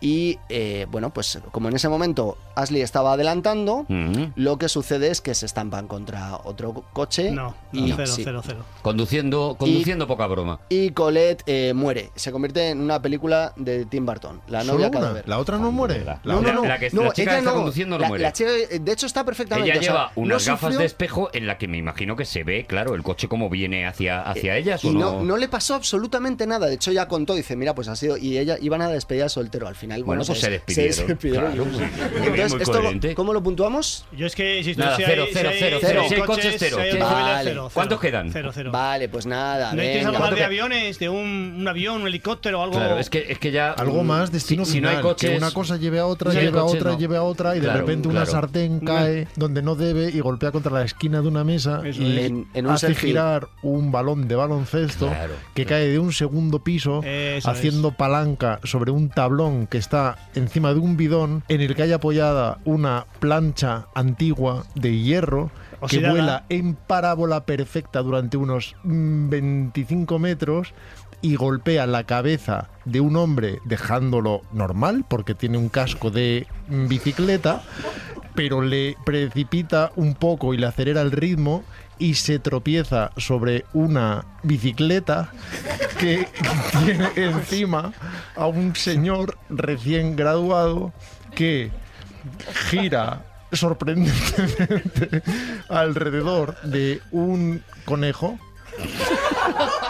D: Y eh, bueno, pues como en ese momento Ashley estaba adelantando,
A: Mm.
D: lo que sucede es que se estampan contra otro co- coche.
C: No, no,
D: y,
C: cero,
D: sí.
C: cero, cero.
A: Conduciendo, conduciendo poca broma.
D: Y Colette eh, muere. Se convierte en una película de Tim Burton. La
B: Solo
D: novia
B: una.
D: cadáver.
B: La otra no muere.
A: La-
B: La
D: No, no,
B: otra-
D: no.
A: la que-
D: no,
A: la chica
D: ella
A: que está
D: no.
A: conduciendo no
D: La-
A: muere.
D: la chica, eh, de hecho, está perfectamente.
A: Ella
D: o sea,
A: lleva
D: no
A: unas gafas
D: sufrió-
A: de espejo en la que me imagino que se ve, claro, el coche como viene hacia, hacia
D: eh,
A: ellas.
D: y
A: ¿o
D: no, no le pasó absolutamente nada. De hecho, ya contó, dice, mira, pues ha sido. Y ella iban a despedir al soltero. Al final, bueno,
A: Bueno, pues se despidieron. Claro, muy bien. Muy bien,
D: Entonces,
A: muy
D: esto,
A: coherente.
D: ¿cómo lo puntuamos?
C: Yo es que insisto,
A: Nada,
C: si
A: cero,
C: hay,
A: cero,
C: si hay,
A: cero,
D: cero.
C: si hay
D: Si hay
A: coches, cero.
C: si hay
A: Vale.
C: automóviles, cero, cero.
A: ¿Cuántos quedan?
C: Cero, cero.
D: Vale, pues nada.
C: ¿No tienes
D: venga.
C: algo más de
D: Porque-
C: aviones? ¿De un, un avión, un helicóptero o algo?
A: Claro, es que, es que ya. mm,
B: Algo más destino
A: si, si
B: final,
A: no hay coches.
B: que una cosa lleve a otra,
A: si no hay
B: lleve a
A: coches,
B: otra,
A: no.
B: lleve a otra y
A: Claro,
B: de repente
A: claro.
B: una
D: Mm.
B: sartén cae donde no debe y golpea contra la esquina de una mesa
C: Eso
B: y
C: es.
D: En- en un
B: hace
D: selfie.
B: girar un balón de baloncesto
A: Claro,
B: que cae de un segundo piso
C: Eso
B: haciendo palanca sobre un tablón que está encima de un bidón en el que hay apoyada una plancha antigua de hierro
C: Oxidada.
B: que vuela en parábola perfecta durante unos mm, 25 metros y golpea la cabeza de un hombre dejándolo normal porque tiene un casco de mm, bicicleta, pero le precipita un poco y le acelera el ritmo y se tropieza sobre una bicicleta que tiene encima a un señor recién graduado que gira sorprendentemente alrededor de un conejo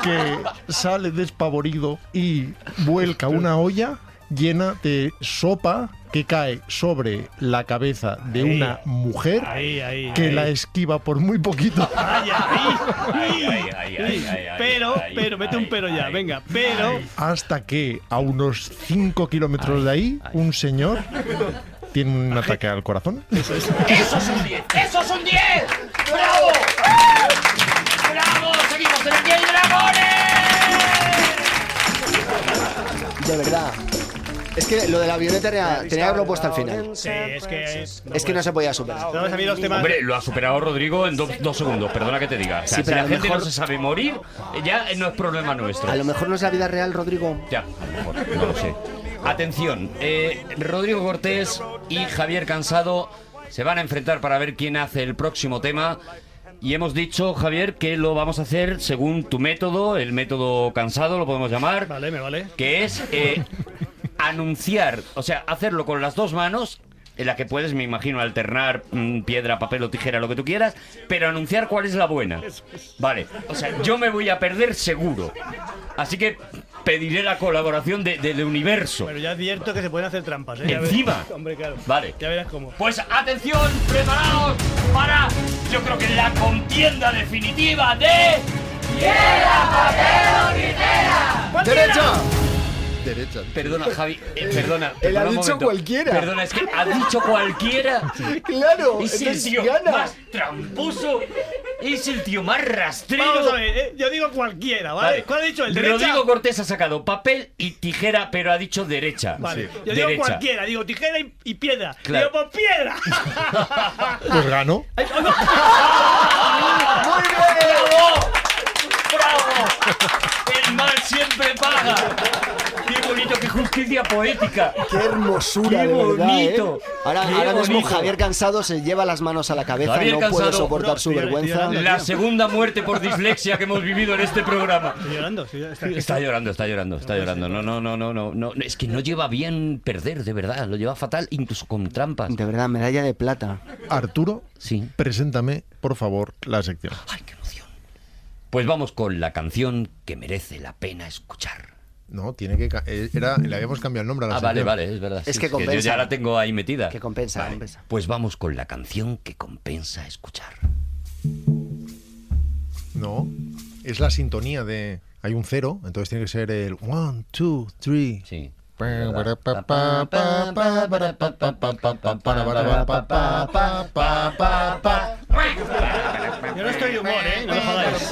B: que sale despavorido y vuelca una olla llena de sopa que cae sobre la cabeza de
C: Ahí.
B: una mujer
C: Ahí, ahí.
B: que
C: ahí.
B: la esquiva por muy poquito.
C: Ay, ahí,
A: Ay, ay, ay, ay, ay, ay,
C: Pero,
A: ay,
C: pero, mete
A: ay,
C: un pero ya,
A: ay.
C: venga. Pero,
B: Hasta que a unos 5 kilómetros de ahí, un señor tiene un ataque al corazón.
A: ¡Eso es un 10! ¡Eso es un 10! ¡Bravo! ¡Bravo! ¡Seguimos en el 10 dragones!
D: De verdad. Es que lo de la avioneta era- tenía que haberlo puesto al final.
C: sí, es que.
D: Es que no se podía superar.
C: Entonces, a mí los temas.
A: Hombre, lo ha superado Rodrigo en dos, dos segundos, perdona que te diga. O sea,
D: Sí,
A: si
D: pero
A: la
D: a lo
A: gente no
D: mejor-
A: se sabe morir, ya no es problema nuestro.
D: A lo mejor no es la vida real, Rodrigo.
A: Ya, a lo mejor, no lo sé. Atención, eh, Rodrigo Cortés y Javier Cansado se van a enfrentar para ver quién hace el próximo tema. Y hemos dicho, Javier, que lo vamos a hacer según tu método, el método cansado, lo podemos llamar,
C: Vale, me vale.
A: que es eh, anunciar, o sea, hacerlo con las dos manos, en la que puedes, me imagino, alternar mm, piedra, papel o tijera, lo que tú quieras, pero anunciar cuál es la buena. Vale, o sea, yo me voy a perder seguro. Así que pediré la colaboración de, de- de universo.
C: Pero ya advierto que se pueden hacer trampas, ¿eh? Ya ves-
A: Encima.
C: Hombre, claro.
A: Vale.
C: Ya verás cómo.
A: Pues atención, preparados para, yo creo que la contienda definitiva de...
D: ¡Derecha!
B: Derecha.
A: Perdona, Javi, eh, perdona.
D: Él ha
A: perdona un
D: dicho
A: momento.
D: cualquiera.
A: Perdona, es que ha dicho cualquiera.
D: ¡Claro!
A: Es el
D: entonces
A: tío
D: gana.
A: más tramposo. Es el tío más rastrero.
C: Vamos a ver, eh, yo digo cualquiera, ¿vale?
A: Vale.
C: ¿Cuál ha dicho el derecha?
A: Rodrigo Cortés ha sacado papel y tijera, pero ha dicho derecha.
C: Vale,
A: Sí.
C: yo digo
A: derecha.
C: cualquiera, digo tijera y, y piedra.
A: Claro.
C: Digo, pues piedra.
B: Pues ganó.
D: ¡Muy bien!
A: ¡Bravo! ¡Bravo! El mal siempre paga. Qué bonito bonito, qué justicia poética.
D: ¡Qué hermosura!
A: Qué
D: de verdad, ¿eh?
A: bonito.
D: Ahora,
A: Qué
D: ahora mismo
A: bonito.
D: Javier Cansado se lleva las manos a la cabeza,
A: Javier
D: no puedo
A: Cansado,
D: soportar
C: no,
D: su
C: estoy-
D: vergüenza.
C: estoy llorando.
A: La segunda muerte por dislexia que hemos vivido en este programa.
C: Estoy llorando. sí, está-
A: Está llorando, está llorando, está llorando. No, no, no, no, no, no. Es que no lleva bien perder, de verdad. Lo lleva fatal, incluso con trampas.
D: De verdad, medalla de plata.
B: Arturo,
A: Sí.
B: preséntame, por favor, la sección.
A: Ay, qué emoción. Pues vamos con la canción que merece la pena escuchar.
B: No, tiene que. ca- eh, Era, le habíamos cambiado el nombre a la
A: Ah, vale,
B: sección.
A: vale, es verdad.
D: Es que
A: yo
D: compensa.
A: ya la tengo ahí metida.
D: Que compensa, compensa.
A: Pues vamos con la canción que compensa escuchar.
B: No, es la sintonía de. Hay un cero, entonces tiene que ser el one, two, three.
A: Sí.
C: Yo no estoy de humor, ¿eh? No me jodáis.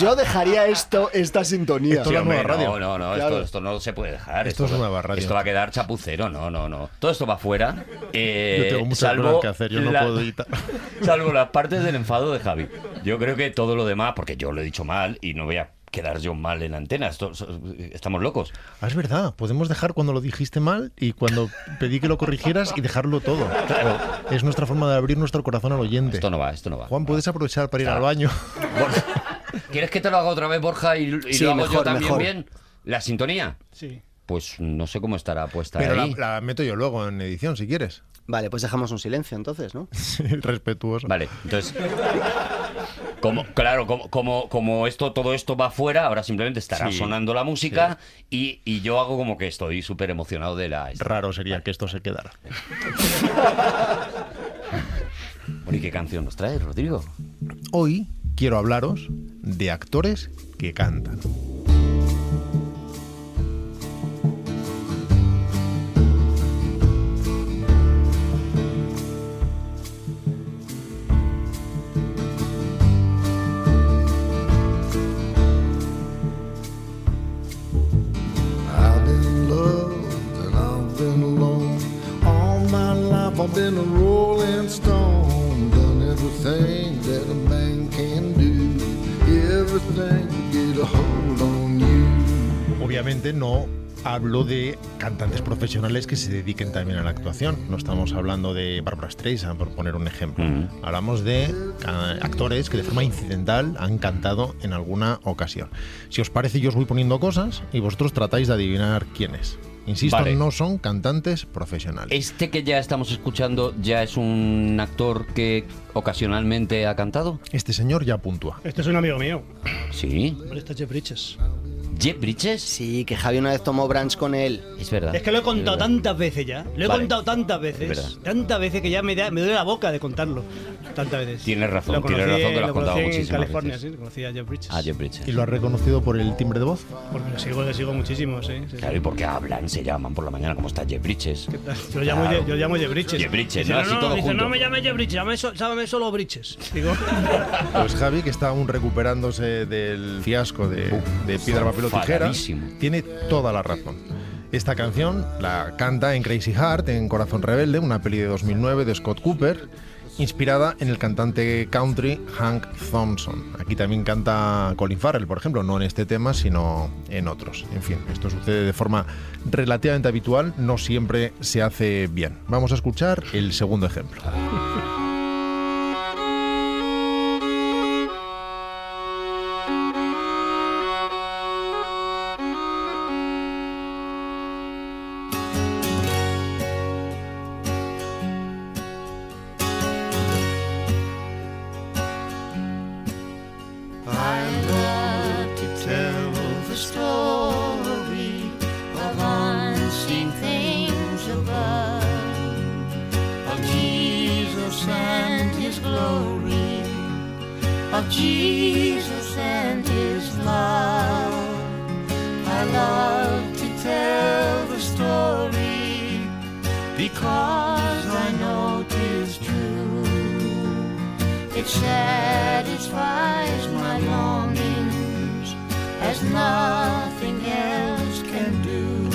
D: Yo dejaría esto, esta sintonía.
B: Esto la
A: hombre,
B: nueva radio.
A: No, no, no,
D: Claro.
A: esto, esto no se puede dejar.
B: Esto es nueva radio.
A: Esto va a quedar chapucero, no, no, no. Todo esto va fuera. eh,
B: Yo tengo muchas
A: salvo
B: cosas que hacer, yo no
A: la-
B: puedo editar.
A: Salvo las partes del enfado de Javi. Yo creo que todo lo demás, porque yo lo he dicho mal y no voy a quedar yo mal en la antena. Esto- so- estamos locos.
B: Ah, es verdad, podemos dejar cuando lo dijiste mal y cuando pedí que lo corrigieras y dejarlo todo. Es nuestra forma de abrir nuestro corazón al oyente.
A: Esto no va, esto no va.
B: Juan, puedes aprovechar para ir al
A: Claro.
B: baño.
A: Borja, ¿Quieres que te lo haga otra vez, Borja, y, y
D: Sí,
A: lo hago yo
D: mejor,
A: también
D: mejor.
A: bien? ¿La sintonía?
C: Sí.
A: Pues no sé cómo estará puesta ¿eh?
B: Pero la,
A: ahí.
B: la meto yo luego en edición si quieres.
D: Vale, pues dejamos un silencio entonces, ¿no?
B: Respetuoso.
A: Vale, entonces. Como, claro, como, como, como esto, todo esto va fuera, ahora simplemente estará
B: Sí,
A: sonando la música y, y yo hago como que estoy súper emocionado de la.
B: Raro sería que esto se quedara.
A: Bueno, ¿y qué canción nos traes, Rodrigo?
B: Hoy quiero hablaros de actores que cantan.
F: I've been loved and I've been alone. All my life I've been a rolling stone. Done everything that a man can do. Everything to get a hold on you.
B: Obviamente no hablo de cantantes profesionales que se dediquen también a la actuación. No estamos hablando de Barbara Streisand, por poner un ejemplo. Hablamos de ca- actores que de forma incidental han cantado en alguna ocasión. Si os parece, yo os voy poniendo cosas y vosotros tratáis de adivinar quién es. Insisto,
A: Vale.
B: no son cantantes profesionales.
A: ¿Este que ya estamos escuchando ya es un actor que ocasionalmente ha cantado?
B: Este señor ya puntúa.
C: Este es un amigo mío.
A: Sí.
C: Hombre, Este es Jeff Bridges.
A: ¿Jeff Bridges?
D: Sí, que Javi una vez tomó brunch con él.
A: Es verdad.
C: Es que lo he contado
A: Es verdad.
C: tantas veces ya. Lo he
A: Vale.
C: contado tantas veces.
A: verdad.
C: Tantas veces que ya me, da- me duele la boca de contarlo. Tantas veces.
A: Tienes razón,
C: Lo conocí,
A: tienes razón que lo has
C: lo
A: contado
C: conocí en
A: muchísimas
C: California,
A: veces.
C: sí. lo Conocí a Jeff Bridges.
A: Ah, Jeff Bridges.
B: ¿Y lo has reconocido por el timbre de voz?
C: Porque lo sigo, lo sigo muchísimo, sí. sí, sí.
A: Claro, y porque hablan, se llaman por la mañana, ¿cómo está Jeff Bridges?
C: Yo lo llamo,
A: Claro.
C: Jeff- yo lo llamo Jeff Bridges.
A: Jeff Bridges,
C: Dice,
A: ¿no? Así todo
C: dice,
A: junto.
C: no me llames Jeff Bridges, llámame, so- llámame solo Bridges. Digo,
B: Pues Javi, que está aún recuperándose del fiasco de, de Piedra, Papel o Tijera,
A: Enfadadísimo.
B: tiene toda la razón. Esta canción la canta en Crazy Heart, en Corazón Rebelde, una peli de 2009 de Scott Cooper, inspirada en el cantante country Hank Thompson. Aquí también canta Colin Farrell, por ejemplo, no en este tema, sino en otros. En fin, esto sucede de forma relativamente habitual, no siempre se hace bien. Vamos a escuchar el segundo ejemplo.
F: I love to tell the story of unseen things above, of Jesus and His glory, of Jesus and His love. I love to tell the story because I know 'tis true. It satisfies my longings as nothing else can do.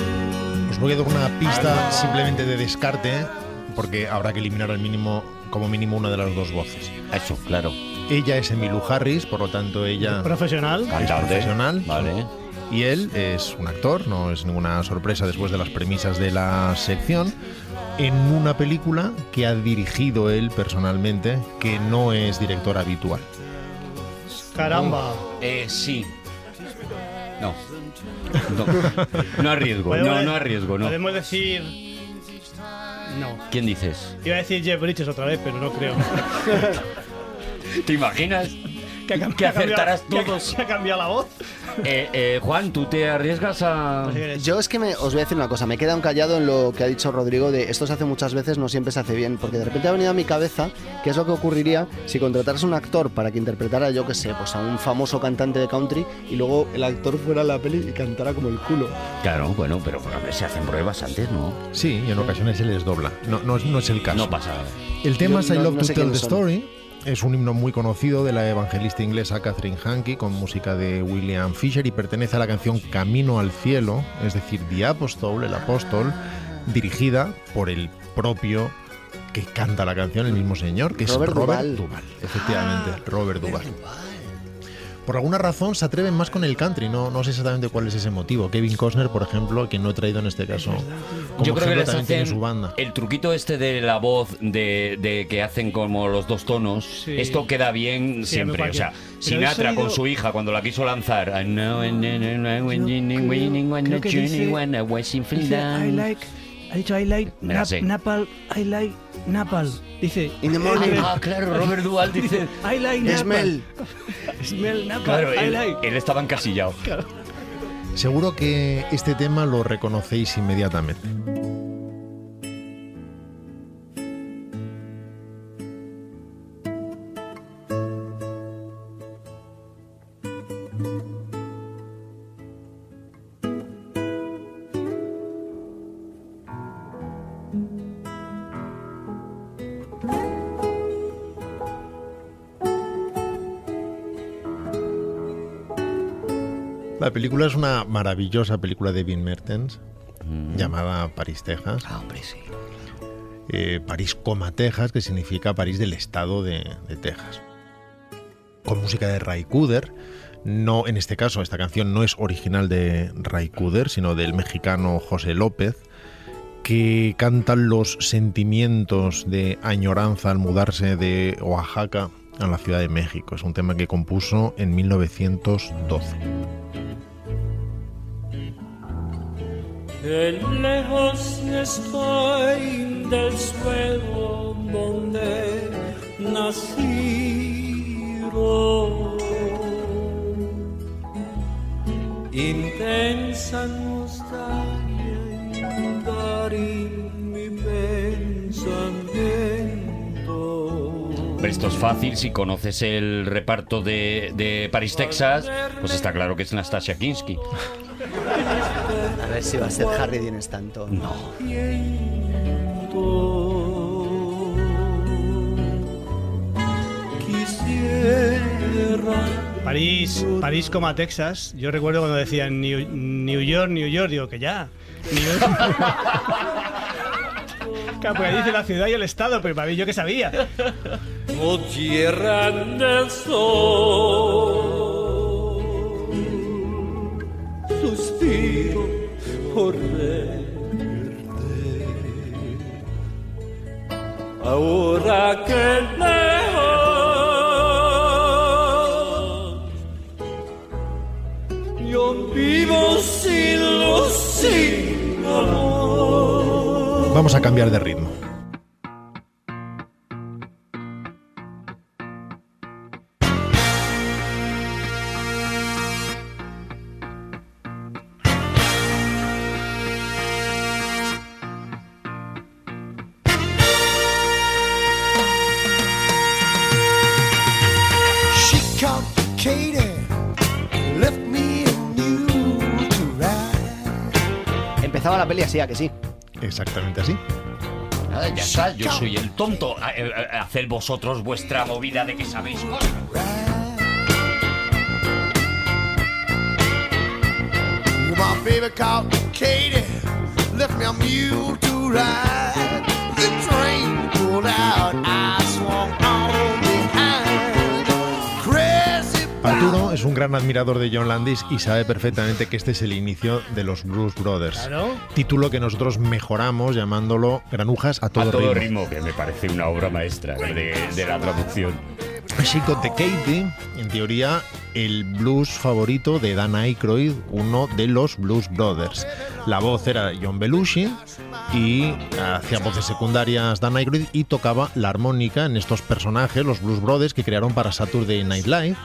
B: Os voy a dar una pista simplemente de descarte, ¿eh? porque habrá que eliminar al mínimo, como mínimo, una de las dos voces.
A: Eso, claro.
B: Ella es Emmylou Harris, por lo tanto ella
C: profesional.
B: es
A: Cantante.
B: profesional.
A: Vale.
B: y él es un actor, no es ninguna sorpresa después de las premisas de la sección, en una película que ha dirigido él personalmente, que no es director habitual.
C: Caramba.
A: Eh, sí. No. No, no arriesgo, no,
C: Podemos-
A: no arriesgo, no.
C: Podemos decir. No.
A: ¿Quién dices?
C: Iba a decir Jeff Bridges otra vez, pero no creo.
A: ¿Te imaginas?
C: ha cam-
A: Que
C: ha cambiado-
A: acertarás
C: que ha-
A: todos.
C: que ha cambiado la voz.
A: Eh, eh, Juan, ¿tú te arriesgas a...?
D: Yo es que me, os voy a decir una cosa, me he quedado encallado en lo que ha dicho Rodrigo de esto se hace muchas veces, no siempre se hace bien, porque de repente ha venido a mi cabeza qué es lo que ocurriría si contrataras un actor para que interpretara, yo qué sé, pues a un famoso cantante de country y luego el actor fuera a la peli y cantara como el culo.
A: Claro, bueno, pero a ver, se hacen pruebas antes, ¿no?
B: Sí, y en ocasiones se les dobla. No, no, es- no es el caso.
A: No pasa nada.
B: El tema
D: Yo
B: es I
D: no-
B: Love
D: no
B: to
D: sé
B: Tell the
D: quiénes son.
B: Story. Es un himno muy conocido de la evangelista inglesa Catherine Hankey con música de William Fisher y pertenece a la canción Camino al Cielo, es decir, The Apostle, el apóstol, dirigida por el propio que canta la canción, el mismo señor, que
D: Robert
B: es Robert
D: Duvall.
B: Duvall. Efectivamente,
A: Ah,
B: Robert Duvall. Por alguna razón se atreven más con el country, no, no sé exactamente cuál es ese motivo. Kevin Costner, por ejemplo, que no he traído en este caso, como
A: Yo creo que
B: ejemplo,
A: les
B: también tiene
A: hacen
B: su banda.
A: el truquito este de la voz de, de que hacen como los dos tonos.
C: Sí.
A: Esto queda bien
C: Sí,
A: siempre.
C: me
A: O sea,
C: parece. Pero
A: Sinatra
C: he
A: con
C: oído-
A: su hija cuando la quiso lanzar. I know, I know, I know, I
G: Yo
A: know,
G: creo-
A: I know, I
G: creo que
A: know,
G: dice-
A: when I was in
G: Dice, I
A: Finland.
G: like. Ha dicho I like.
A: Me la
G: nap-
A: sé.
G: Napal. I like. Napal. Dice.
D: In the morning.
A: Ah, claro, Robert Duval dice.
G: I like Napal.
A: pues,
D: Smell.
G: Smell Napal.
A: Claro,
G: I
A: él,
G: like.
A: él estaba encasillado.
B: Seguro que este tema lo reconocéis inmediatamente. La película es una maravillosa película de Vin Mertens llamada París, Texas.
A: Ah, hombre, sí.
B: Eh, París, coma Texas, que significa París del estado de, de Texas. Con música de Ray Cooder. No, en este caso, esta canción no es original de Ray Cooder, sino del mexicano José López, que cantan los sentimientos de añoranza al mudarse de Oaxaca a la Ciudad de México. Es un tema que compuso en 1912.
H: Que lejos estoy del suelo donde nacieron. Intensa nostalgia inundará mi pensamiento.
A: Pero esto es fácil, si conoces el reparto de, de París, Texas, pues está claro que es Nastasia Kinski.
D: A ver si va a ser Harry Dines tanto.
A: No.
H: Quisiera
C: París, París como Texas. Yo recuerdo cuando decían New, New York, New York, digo que ya. New York. Claro, porque ahí dice la ciudad y el estado, pero para mí yo que sabía.
H: o tierra del sol. Suspiro por verte. Ahora que lejos yo vivo sin luz, sin amor.
B: Vamos a cambiar de ritmo.
F: She called Katie, left me and you to ride.
D: Empezaba la peli así, a que sí.
B: Exactamente así.
A: Nada, ya está, yo soy el tonto. Ha- eh, eh, Haced vosotros vuestra movida de que sabéis cosas.
F: My baby called Katie, left me a mule to ride. The train pulled out, I swung on behind. Crazy
B: Arturo es es un gran admirador de John Landis y sabe perfectamente que este es el inicio de los Blues Brothers.
C: Claro.
B: Título que nosotros mejoramos llamándolo Granujas a todo,
A: a todo
B: ritmo.
A: ritmo, que me parece una obra maestra de, de la traducción.
B: Chico de Katie, en teoría, el blues favorito de Dan Aykroyd, uno de los Blues Brothers. La voz era John Belushi y hacía voces secundarias Dan Aykroyd y tocaba la armónica en estos personajes, los Blues Brothers, que crearon para Saturday Night Live.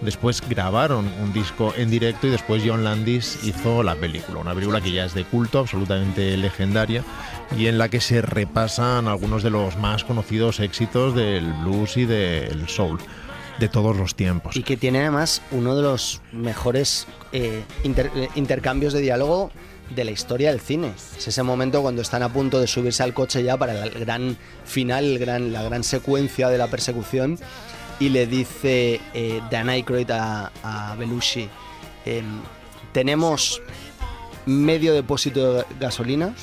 B: Después grabaron un disco en directo y después John Landis hizo la película, una película que ya es de culto, absolutamente legendaria, y en la que se repasan algunos de los más conocidos éxitos del blues y del soul de todos los tiempos.
D: Y que tiene además uno de los mejores eh, inter- eh, intercambios de diálogo de la historia del cine. Es ese momento cuando están a punto de subirse al coche ya para el gran final, el gran, la gran secuencia de la persecución. Y le dice eh, Dan Aykroyd a, a Belushi, em, tenemos medio depósito de gasolina,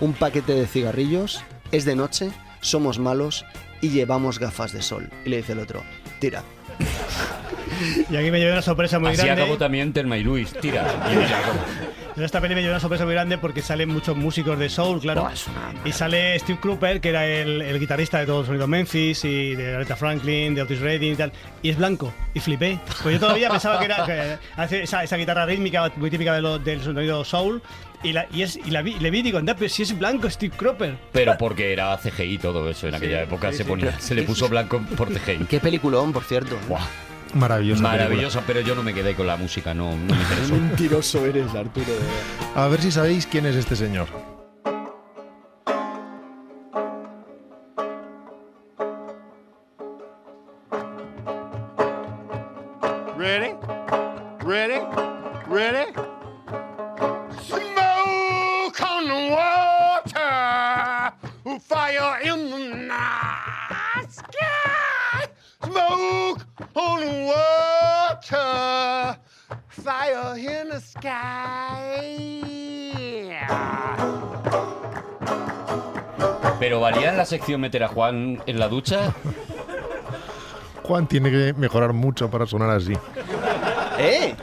D: un paquete de cigarrillos, es de noche, somos malos y llevamos gafas de sol. Y le dice el otro, tira.
C: Y aquí me llevé una sorpresa muy
A: Así
C: grande.
A: acabó también Telma y Luis. Tira.
C: En esta peli me llevé una sorpresa muy grande porque salen muchos músicos de soul, claro.
A: Buah, es una
C: y sale Steve Cooper, que era el, el guitarrista de todos los sonidos Memphis y de Aretha Franklin, de Otis Redding y tal. Y es blanco. Y flipé. Pues yo todavía pensaba que era que hace esa, esa guitarra rítmica muy típica de lo- del sonido soul. Y, la, y, es, y la vi- le vi y digo, anda, pero si es blanco Steve Cooper.
A: Pero porque era CGI todo eso, en aquella época se ponía, se le puso blanco por CGI.
D: Qué peliculón, por cierto.
A: Buah,
B: Maravillosa película.
A: maravillosa, pero yo no me quedé con la música, no, no me interesó.
D: mentiroso eres, Arturo.
B: A ver si sabéis quién es este señor.
H: Ready? Ready? Ready? Smoke on the water, fire in the night sky. Smoke on the water, fire in the sky.
A: Pero valía en la sección meter a Juan en la ducha.
B: Juan tiene que mejorar mucho para sonar así.
D: ¡Eh!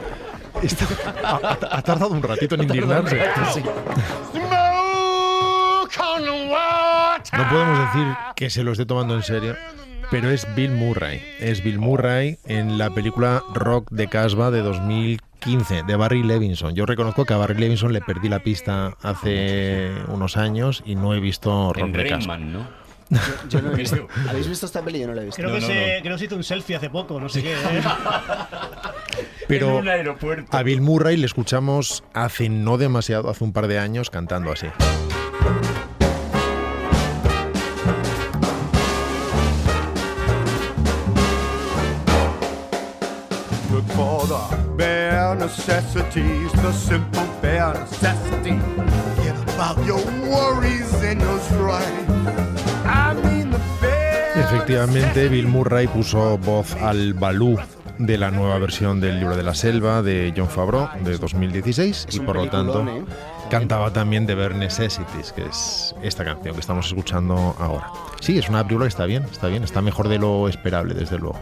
B: Está- ha, ha- ha tardado un ratito en indignarse.
H: Smoke on the water.
B: No podemos decir que se lo esté tomando en serio, pero es Bill Murray. Es Bill Murray en la película Rock de Casbah de 2015 de Barry Levinson. Yo reconozco que a Barry Levinson le perdí la pista hace unos años y no he visto Rock
A: En
B: de Casbah.
A: Rayman, ¿no?
D: Yo no he visto. ¿Habéis visto esta peli? Yo no la he visto.
C: Creo
A: No,
C: que
A: no,
C: se, creo que se hizo un selfie hace poco, no sé qué. ¿eh?
A: En
B: Pero
A: un aeropuerto.
B: a Bill Murray le escuchamos hace no demasiado, hace un par de años cantando así.
F: Good for the bare necessities, the simple bare necessity. Get about your worries and your strife. I mean the bare
B: Efectivamente, Bill Murray puso voz al Balú de la nueva versión del libro de la selva de John Favreau de 2016
D: Es
B: y
D: un
B: por lo tanto
D: peliculón, ¿eh?
B: cantaba también de Bare Necessities, que es esta canción que estamos escuchando ahora. Sí, es una película que está bien, está bien, está mejor de lo esperable, desde luego.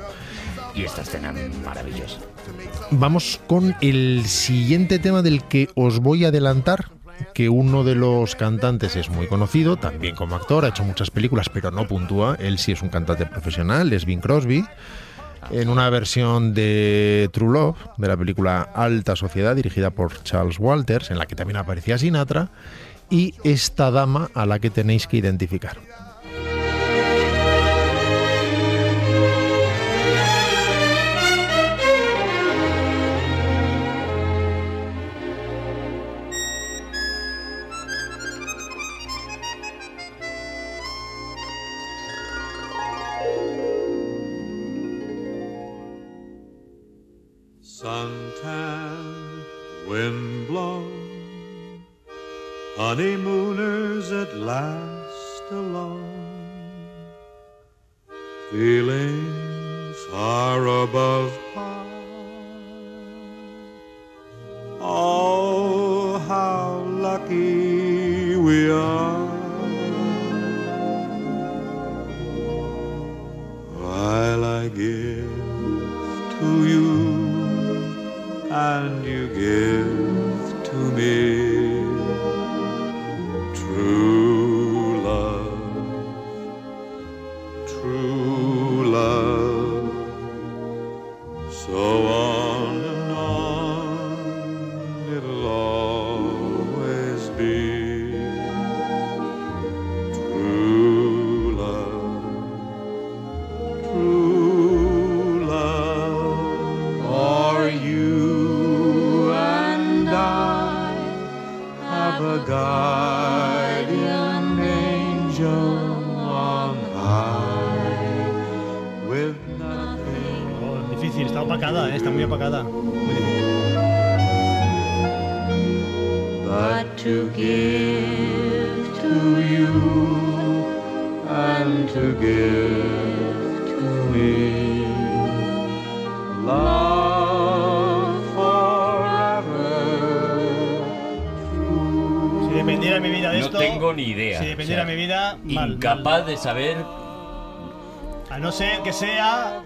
A: Y esta escena maravillosa.
B: Vamos con el siguiente tema del que os voy a adelantar que uno de los cantantes es muy conocido, también como actor, ha hecho muchas películas, pero no puntúa. Él sí es un cantante profesional, es Bing Crosby. En una versión de True Love, de la película Alta Sociedad, dirigida por Charles Walters, en la que también aparecía Sinatra, y esta dama a la que tenéis que identificar.
H: Suntan, wind blown, honeymooners at last alone, feeling far above par. Oh, how lucky we are! While I give to you true love. So on and on it'll always be true love, true love, or you and I have a guardian angel on high with nothing.
C: Oh, difícil, está opacada, eh, está muy opacada. Muy difícil.
H: but to give to you and to give to me love forever.
C: Si dependiera mi vida de
A: No
C: esto.
A: tengo ni idea.
C: Si dependiera
A: O sea,
C: mi vida, mal,
A: Incapaz de saber.
C: mal. A no ser que sea.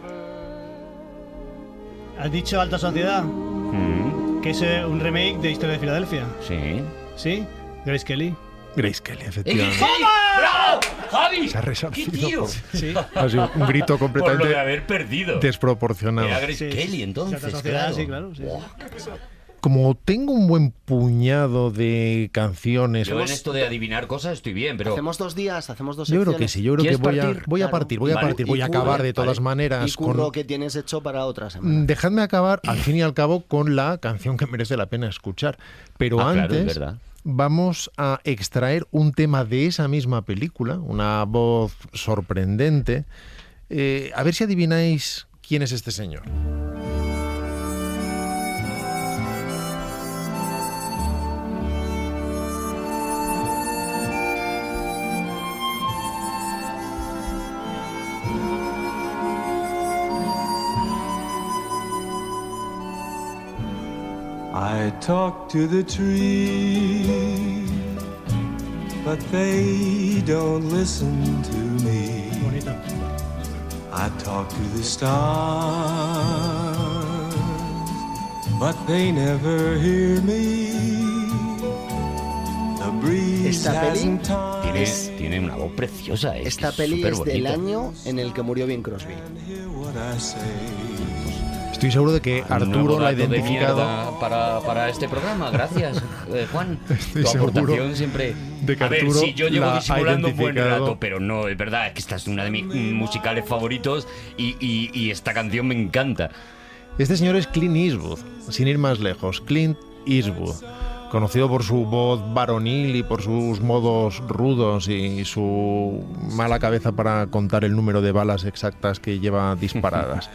C: ¿Has dicho Alta Sociedad?
A: Mm,
C: Que es eh, un remake de Historia de Filadelfia.
A: sí.
C: ¿Sí? Grace Kelly.
B: Grace Kelly,
A: ¡Javi!
B: efectivamente.
A: ¡Bravo! ¡Javi!
B: Se ha
A: ¡Qué
B: resarcido
A: tío!
C: Sí.
B: Ha sido un grito
A: Por lo
B: completamente
A: de haber perdido.
B: desproporcionado.
A: Era Grace
C: Sí, sí,
A: Kelly,
C: sí.
A: entonces.
C: Cierta sociedad,
A: claro.
C: sí, claro, sí, sí.
A: Buah, qué pesado.
B: Como tengo un buen puñado de canciones,
A: Yo en esto de adivinar cosas estoy bien, pero.
D: hacemos dos días, hacemos dos
B: yo creo que
D: secciones.
B: sí, yo creo que
A: ¿Quieres
B: voy a,
A: partir?
B: voy a partir, voy
D: Claro.
B: a
A: Vale,
B: partir,
D: Y
B: voy a
D: curro,
B: acabar de todas
D: vale.
B: maneras
D: Y curro
B: con,
D: que tienes hecho para otra semana.
B: Mm, Dejadme acabar, al fin y al cabo, con la canción que merece la pena escuchar. Pero
A: Ah, claro, es
B: antes
A: verdad.
B: vamos a extraer un tema de esa misma película, una voz sorprendente. Eh, a ver si adivináis quién es este señor.
H: I talk to the tree, but they don't listen to me.
C: Bonita.
H: I talk to the stars, but they never hear me. The breeze
D: Esta peli
H: hasn't time.
A: Tiene, tiene una voz preciosa. Es
D: Esta
A: que
D: peli es del
A: superbonita.
D: año en el que murió Bing Crosby.
H: Hear what I say.
B: Estoy seguro de que Arturo
A: Ah, Nuevo
B: la ha
A: dato de
B: identificado.
A: mierda para, para este programa, gracias, eh, Juan.
B: Estoy
A: tu
B: seguro
A: aportación siempre.
B: de que
A: a ver,
B: Arturo
A: si yo
B: la
A: llevo
B: ha
A: disimulando un buen
B: identificado.
A: rato, pero no, es verdad, es que esta es una de mis mm, musicales favoritos y, y- y esta canción me encanta.
B: Este señor es Clint Eastwood, sin ir más lejos, Clint Eastwood, conocido por su voz varonil y por sus modos rudos y su mala cabeza para contar el número de balas exactas que lleva disparadas.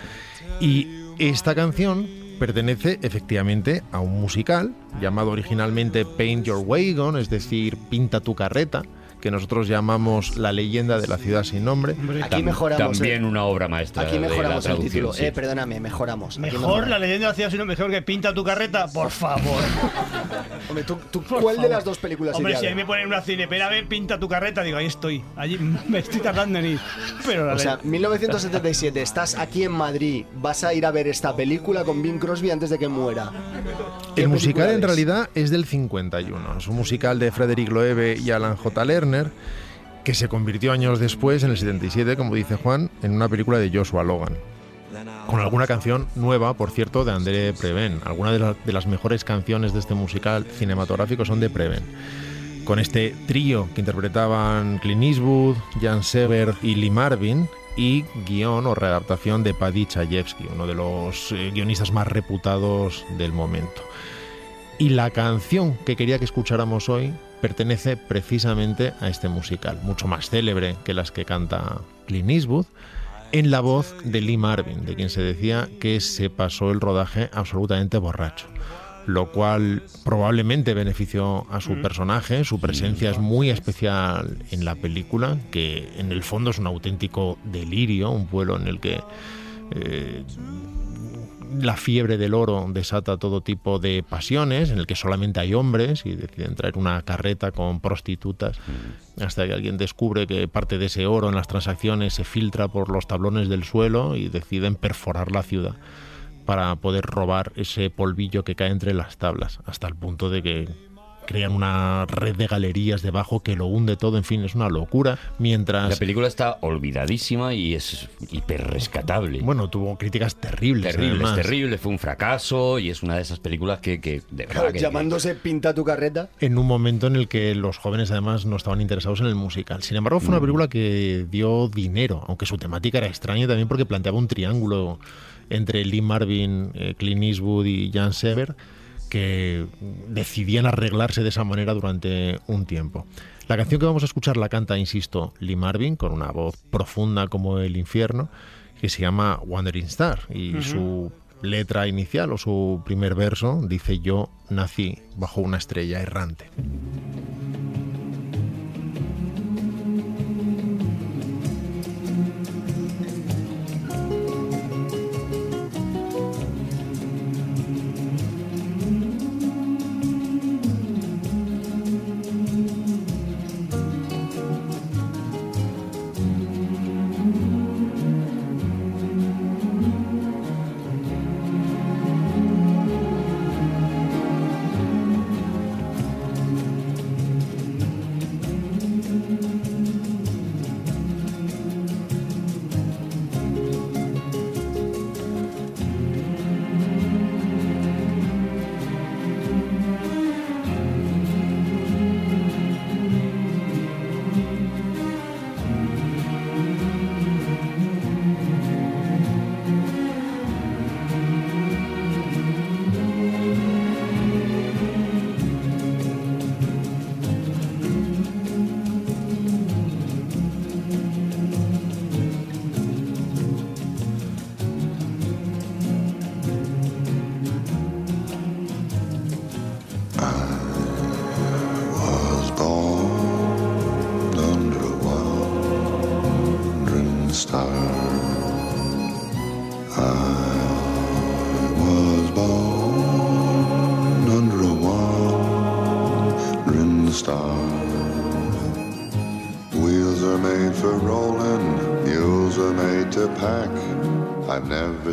B: Y esta canción pertenece efectivamente a un musical llamado originalmente Paint Your Wagon, es decir, Pinta tu carreta, que nosotros llamamos La leyenda de la ciudad sin nombre.
D: Aquí
A: Tam-
D: mejoramos.
A: También
D: eh.
A: una obra maestra.
D: Aquí
A: de la
D: mejoramos el
A: traducción,
D: título.
A: sí.
D: Eh, perdóname, mejoramos. Aquí
C: Mejor
D: mejoramos.
C: la leyenda de la ciudad, sino mejor que pinta tu carreta, por favor.
D: Hombre, ¿tú, tú cuál de las dos películas
C: Hombre,
D: irías?
C: si ahí me ponen una cine, pero a ver, pinta tu carreta, digo, ahí estoy. Allí me estoy tardando en ir. Pero la
D: O sea, 1977, estás aquí en Madrid, vas a ir a ver esta película con Bing Crosby antes de que muera. ¿Qué
B: El musical
D: película
B: en
D: ves?
B: realidad es del 51, es un musical de Frederick Loewe y Alan J. Lerner que se convirtió años después, en el 77, como dice Juan, en una película de Joshua Logan. Con alguna canción nueva, por cierto, de André Preven. Algunas de, la- de las mejores canciones de este musical cinematográfico son de Preven. Con este trío que interpretaban Clint Eastwood, Jan Sever y Lee Marvin, y guión o readaptación de Paddy Chayefsky, uno de los eh, guionistas más reputados del momento. Y la canción que quería que escucháramos hoy pertenece precisamente a este musical, mucho más célebre que las que canta Clint Eastwood, en la voz de Lee Marvin, de quien se decía que se pasó el rodaje absolutamente borracho, lo cual probablemente benefició a su personaje, su presencia es muy especial en la película, que en el fondo es un auténtico delirio, un pueblo en el que... eh, la fiebre del oro desata todo tipo de pasiones, en el que solamente hay hombres y deciden traer una carreta con prostitutas, hasta que alguien descubre que parte de ese oro en las transacciones se filtra por los tablones del suelo y deciden perforar la ciudad para poder robar ese polvillo que cae entre las tablas, hasta el punto de que crean una red de galerías debajo que lo hunde todo, en fin, es una locura.
A: La
B: Mientras,
A: película está olvidadísima y es hiper rescatable.
B: bueno, tuvo críticas terribles.
A: terrible, es
B: además.
A: terrible, fue un fracaso y es una de esas películas que, que de verdad
D: Claro,
A: que-
D: llamándose Pinta tu carreta.
B: en un momento en el que los jóvenes además no estaban interesados en el musical. Sin embargo, fue una película que dio dinero, aunque su temática era extraña también porque planteaba un triángulo entre Lee Marvin, eh, Clint Eastwood y Jan Sever que decidían arreglarse de esa manera durante un tiempo. La canción que vamos a escuchar la canta, insisto, Lee Marvin con una voz profunda como el infierno que se llama Wandering Star y su letra inicial o su primer verso dice yo nací bajo una estrella errante.
F: was born under a wandering star. I was born under a wandering star. Wheels are made for rolling, mules are made to pack. I've never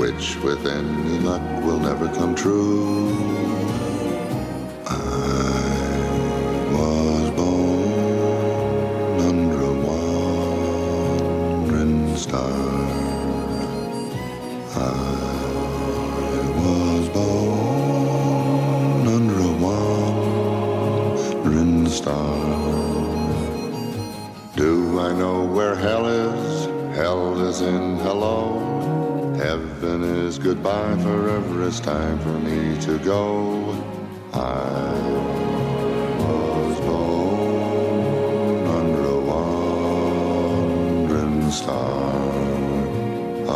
F: which with any luck will never come true. I was born under a wandering star. I was born under a wandering star. Do I know where hell is? Hell is in hello. Heaven is goodbye forever. It's time for me to go. I was born under a wandering star. A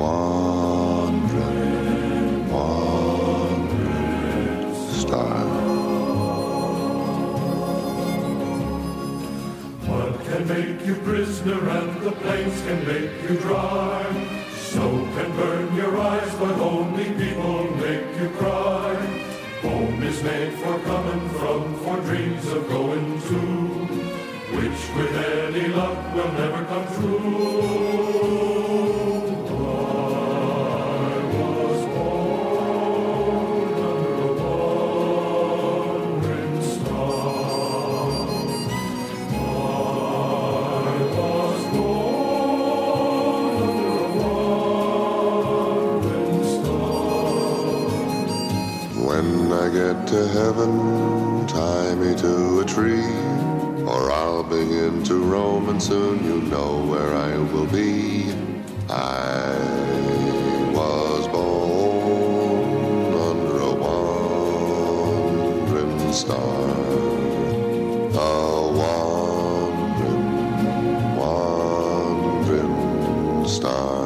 F: wandering, wandering star.
H: Mud can make you prisoner and the plains can make you dry. Snow can burn your eyes, but only people make you cry. Home is made for coming from, for dreams of going to, which with any luck will never come true. I was born under a wandering star.
F: When I get to heaven, tie me to a tree, or I'll begin to roam, and soon you know where I will be. I was born under a wandering star, a wandering, wandering star.
H: I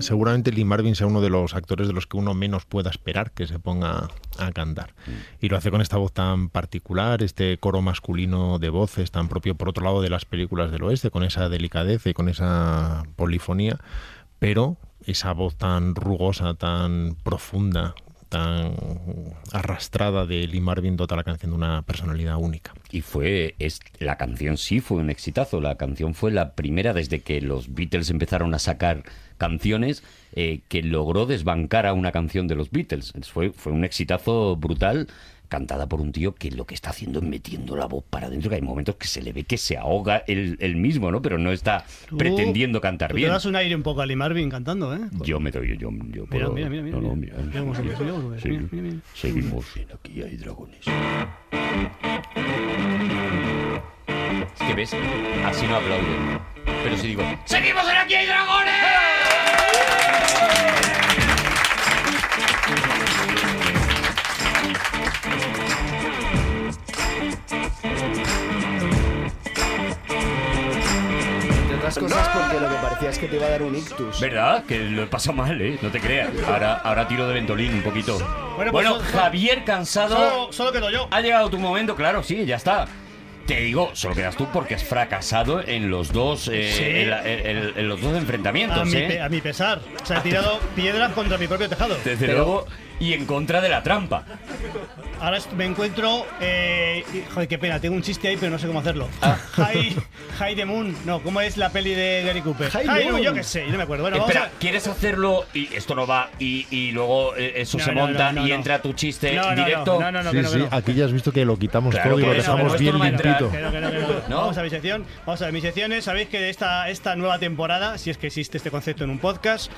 B: seguramente Lee Marvin sea uno de los actores de los que uno menos pueda esperar que se ponga a cantar. Y lo hace con esta voz tan particular, este coro masculino de voces tan propio, por otro lado, de las películas del oeste, con esa delicadeza y con esa polifonía, pero esa voz tan rugosa, tan profunda, tan arrastrada de Lee Marvin dota a la canción de una personalidad única.
A: Y fue, es, la canción sí fue un exitazo. La canción fue la primera desde que los Beatles empezaron a sacar canciones eh, que logró desbancar a una canción de los Beatles. Es- Fue, fue un exitazo brutal cantada por un tío que lo que está haciendo es metiendo la voz para adentro, que hay momentos que se le ve que se ahoga él, él mismo, ¿no? Pero no está pretendiendo cantar
C: Tú
A: bien.
C: Te das un aire un poco a Lee Marvin cantando, ¿eh?
A: Yo me doy, yo, yo puedo-
C: mira, mira, mira,
A: no, no,
C: mira.
A: mira,
C: Mira cómo se
A: mira,
C: mira cómo se-
A: segui-
C: mira, mira, mira.
A: Seguimos en aquí hay dragones. Es que ves, así no aplauden. Pero si digo, ¡Seguimos en aquí hay dragones!
D: Entre otras cosas porque lo que parecía es que te iba a dar un ictus.
A: ¿Verdad? Que lo he pasado mal, ¿eh? No te creas. Ahora, ahora tiro de ventolín un poquito. Bueno,
C: Bueno, pues solo-
A: Javier Cansado,
C: Solo, solo quedo yo.
A: ha llegado tu momento, claro, sí, ya está. Te digo, solo quedas tú porque has fracasado en los dos, eh,
C: Sí.
A: en, la- en- en- en los dos
C: A
A: enfrentamientos,
C: mi,
A: ¿eh?
C: pe- a mi pesar. O sea, he tirado piedras contra mi propio tejado.
A: Desde luego, y en contra de la trampa.
C: Ahora est- me encuentro. Eh, y- joder, qué pena, tengo un chiste ahí, pero no sé cómo hacerlo.
A: Ah.
C: High, High the Moon. No, ¿cómo es la peli de Gary Cooper?
D: High
C: High
D: Moon.
C: Yo qué sé, yo no me acuerdo. Bueno,
A: Espera,
C: vamos a-
A: ¿quieres hacerlo y esto no va y, y luego eh, eso
C: No,
A: se
C: no,
A: monta
C: no, no,
A: y
C: no.
A: entra tu chiste
C: No, no, no,
A: directo?
C: No, Ah, no, no,
B: sí,
C: que no, que
B: sí,
C: no.
B: aquí ya has visto que lo quitamos
A: Claro
B: todo y
A: que
B: lo
A: no,
B: dejamos
A: pero esto
B: bien
A: no va a entrar,
B: limpito.
C: Que no, que no, que no.
A: ¿No?
C: Vamos a mi sección. Vamos a ver, mi sección es, sabéis que esta, esta nueva temporada, si es que existe este concepto en un podcast,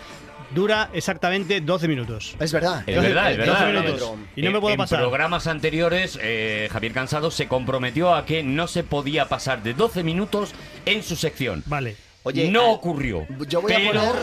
C: dura exactamente 12 minutos.
D: Es verdad.
A: Es
D: Yo-
A: verdad, es
D: yo-
A: verdad.
D: yo-
C: minutos.
D: yo-
C: Y no me
A: Eh,
C: puedo
A: en
C: pasar.
A: programas anteriores, eh, Javier Cansado se comprometió a que no se podía pasar de 12 minutos en su sección.
C: Vale.
D: Oye,
A: no
D: al-
A: ocurrió.
D: Yo voy a
A: pero,
D: poner.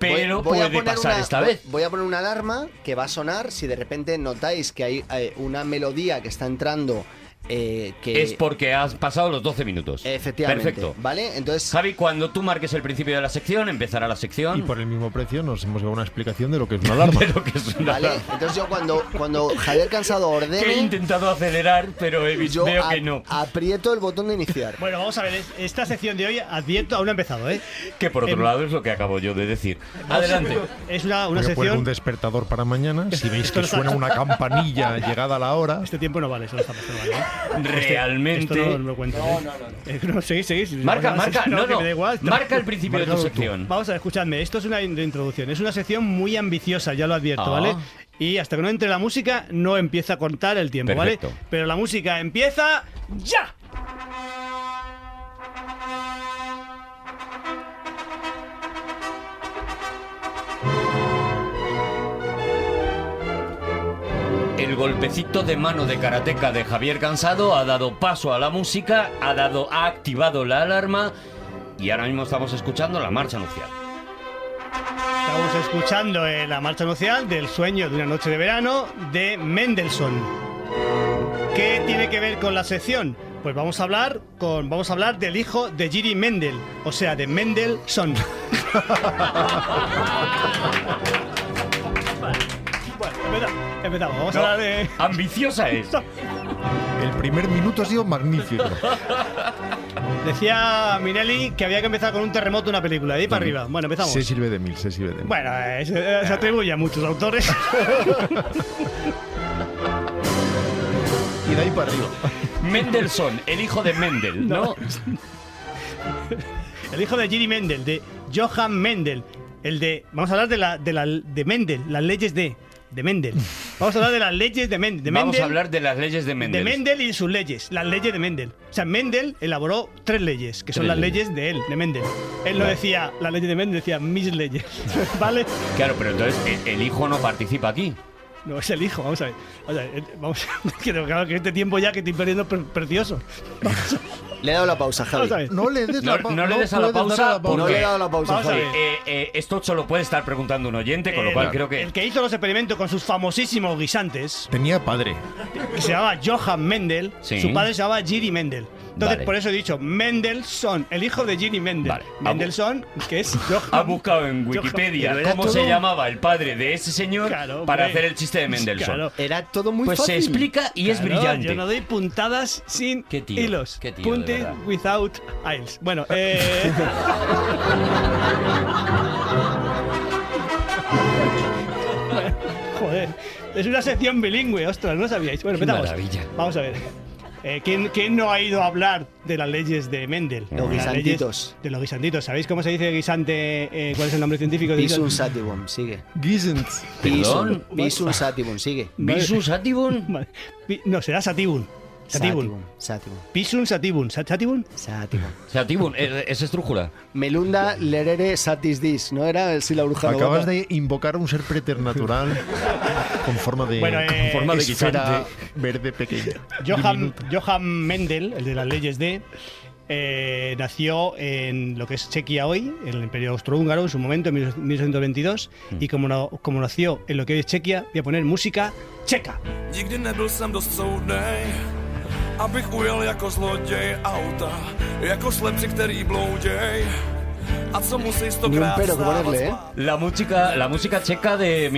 A: pero
D: voy- voy a
A: puede
D: poner
A: pasar
D: una-
A: esta
D: voy-
A: vez.
D: Voy a poner una alarma que va a sonar si de repente notáis que hay eh, una melodía que está entrando eh, que
A: es porque has pasado los 12 minutos.
D: efectivamente,
A: Perfecto.
D: ¿vale? Entonces
A: Javi, cuando tú marques el principio de la sección, empezará la sección.
B: Y por el mismo precio nos hemos llevado una explicación de lo que es una alarma.
A: de lo que es una-
D: vale, entonces yo cuando cuando Javier Cansado
A: que he
D: ordene
A: intentado acelerar, pero he visto,
D: yo
A: veo
D: a-
A: que no.
D: aprieto el botón de iniciar.
C: Bueno, vamos a ver, es- esta sección de hoy, advierto, aún no ha empezado, ¿eh?
A: Que por otro
C: em-
A: lado es lo que acabo yo de decir. Adelante.
C: Es una, una
B: Voy a poner un
C: sección...
B: despertador para mañana. Si veis que suena una campanilla llegada a la hora,
C: Este tiempo no vale, eso no está pasando, ¿vale? Este- Esto
A: Realmente.
C: no me lo cuentes, ¿eh? No, no, no. seguís, seguís.
A: Marca,
C: Vamos a-
A: marca, no,
C: que
A: no.
C: me da igual.
A: Marca el principio de tu
B: Márcalo tú.
A: sección.
C: Vamos a ver, escuchadme, esto es una in- de introducción, es una sección muy ambiciosa, ya lo advierto,
A: Ah.
C: ¿vale? Y hasta que no entre la música, no empieza a contar el tiempo,
A: Perfecto.
C: ¿vale? Pero la música empieza ya.
A: El golpecito de mano de karateca de Javier Cansado ha dado paso a la música, ha dado, ha activado la alarma y ahora mismo estamos escuchando la marcha nupcial.
C: Estamos escuchando eh, la marcha nupcial del sueño de una noche de verano de Mendelssohn. ¿Qué tiene que ver con la sección? Pues vamos a hablar con vamos a hablar del hijo de Giri Mendel, o sea, de Mendelssohn. bueno, empezamos, empezamos. Vamos a
A: No,
C: hablar de
A: Ambiciosa es.
B: el primer minuto ha sido magnífico.
C: Decía Minelli que había que empezar con un terremoto una película, de ahí para arriba. Bueno, empezamos.
B: Se sirve de mil, se sirve de mil.
C: Bueno, eh, se, eh, se atribuye a muchos autores.
B: Y de ahí para arriba.
A: Mendelssohn, el hijo de Mendel, ¿no?
C: El hijo de Giri Mendel, de Johann Mendel. El de. Vamos a hablar de la de, la, de Mendel, las leyes de. De Mendel. Vamos a hablar de las leyes de, Mendel. de
A: Vamos
C: Mendel.
A: a hablar de las leyes de
C: de
A: Mendel.
C: Mendel y sus leyes, las leyes de Mendel. O sea, Mendel elaboró tres leyes, que son
A: Tres
C: las
A: leyes.
C: leyes. de él, de Mendel. Él no
A: Vale.
C: decía las leyes de Mendel, decía mis leyes. ¿Vale?
A: Claro, pero entonces el- el hijo no participa aquí.
C: No, es el hijo, vamos a ver. Vamos a ver, eh, vamos a- que, no, claro, que este tiempo ya que estoy perdiendo es pre- precioso.
D: Le he dado la pausa, Javi.
C: Vamos a ver.
B: No le des
A: No-
B: la, pa-
A: no le des a la
B: puedes dar
A: pausa
D: No
A: porque-
D: le he dado la pausa,
C: Vamos a
D: Javi.
C: ver.
A: Eh, eh, esto solo puede estar preguntando un oyente, con lo
C: El-
A: cual creo que...
C: El que hizo los experimentos con sus famosísimos guisantes,
B: Tenía padre.
C: que se llamaba Johann Mendel,
A: Sí.
C: su padre se llamaba Giri Mendel. Entonces,
A: Vale.
C: por eso he dicho Mendelssohn, el hijo de Ginny Mendel.
A: Vale. Ha bu-
C: Mendelssohn, que es
A: Ha
C: Johann-
A: buscado en
C: Johann-
A: Wikipedia
C: Pero era
A: cómo
C: todo-
A: se llamaba el padre de ese señor
C: Claro,
A: para
C: hombre.
A: hacer el chiste de Mendelssohn.
C: Claro.
D: Era todo muy
A: Pues se
D: fácil.
A: explica y es
C: Claro,
A: brillante.
C: Yo no doy puntadas sin
A: Qué tío,
C: hilos.
A: qué tío, de
C: Punting
A: verdad.
C: without aisles. Bueno, eh. Joder, es una sección bilingüe, ostras, no lo sabíais. Bueno,
A: Qué
C: empezamos.
A: maravilla.
C: Vamos a ver. Eh, ¿quién, quién no ha ido a hablar de las leyes de Mendel?
D: Los
C: De las
D: guisantitos.
C: leyes- De los guisantitos. ¿Sabéis cómo se dice guisante? eh, ¿Cuál es el nombre científico de
D: Pisum
C: guisante?
D: sativum, sigue.
B: Gisent.
A: Perdón.
D: Pisum- Pisum sativum, sigue.
A: Visus Sativum.
C: Vale. Pi- No, será sativum. Sativum.
D: Sativum, sativum,
C: Pisum sativum. Sa- Sativum.
D: sativum.
A: Sativum, eh, es estrújula.
D: Melunda lerere satis dis, ¿no era? El Si la bruja lo
B: Acabas
D: vota.
B: de invocar a un ser preternatural con forma de,
C: Bueno, eh,
B: con forma de
A: esfera
B: esfera verde pequeña.
C: Johann,
B: diminuta.
C: Johann Mendel, el de las leyes de, eh, nació en lo que es Chequia hoy, en el Imperio Austrohúngaro, en su momento, en 1822.
A: Mm.
C: Y como, na- como nació en lo que hoy es Chequia, voy a poner música checa.
H: Nikdy nebyl jsem dost soudnej, abych ujel jako zloděj auta, jako slepci, který blouděj, a co musí
D: Ni un
H: stokrát
D: pero que
H: vstávat
D: ponerle, ¿eh?
H: z
A: La música, la música checa de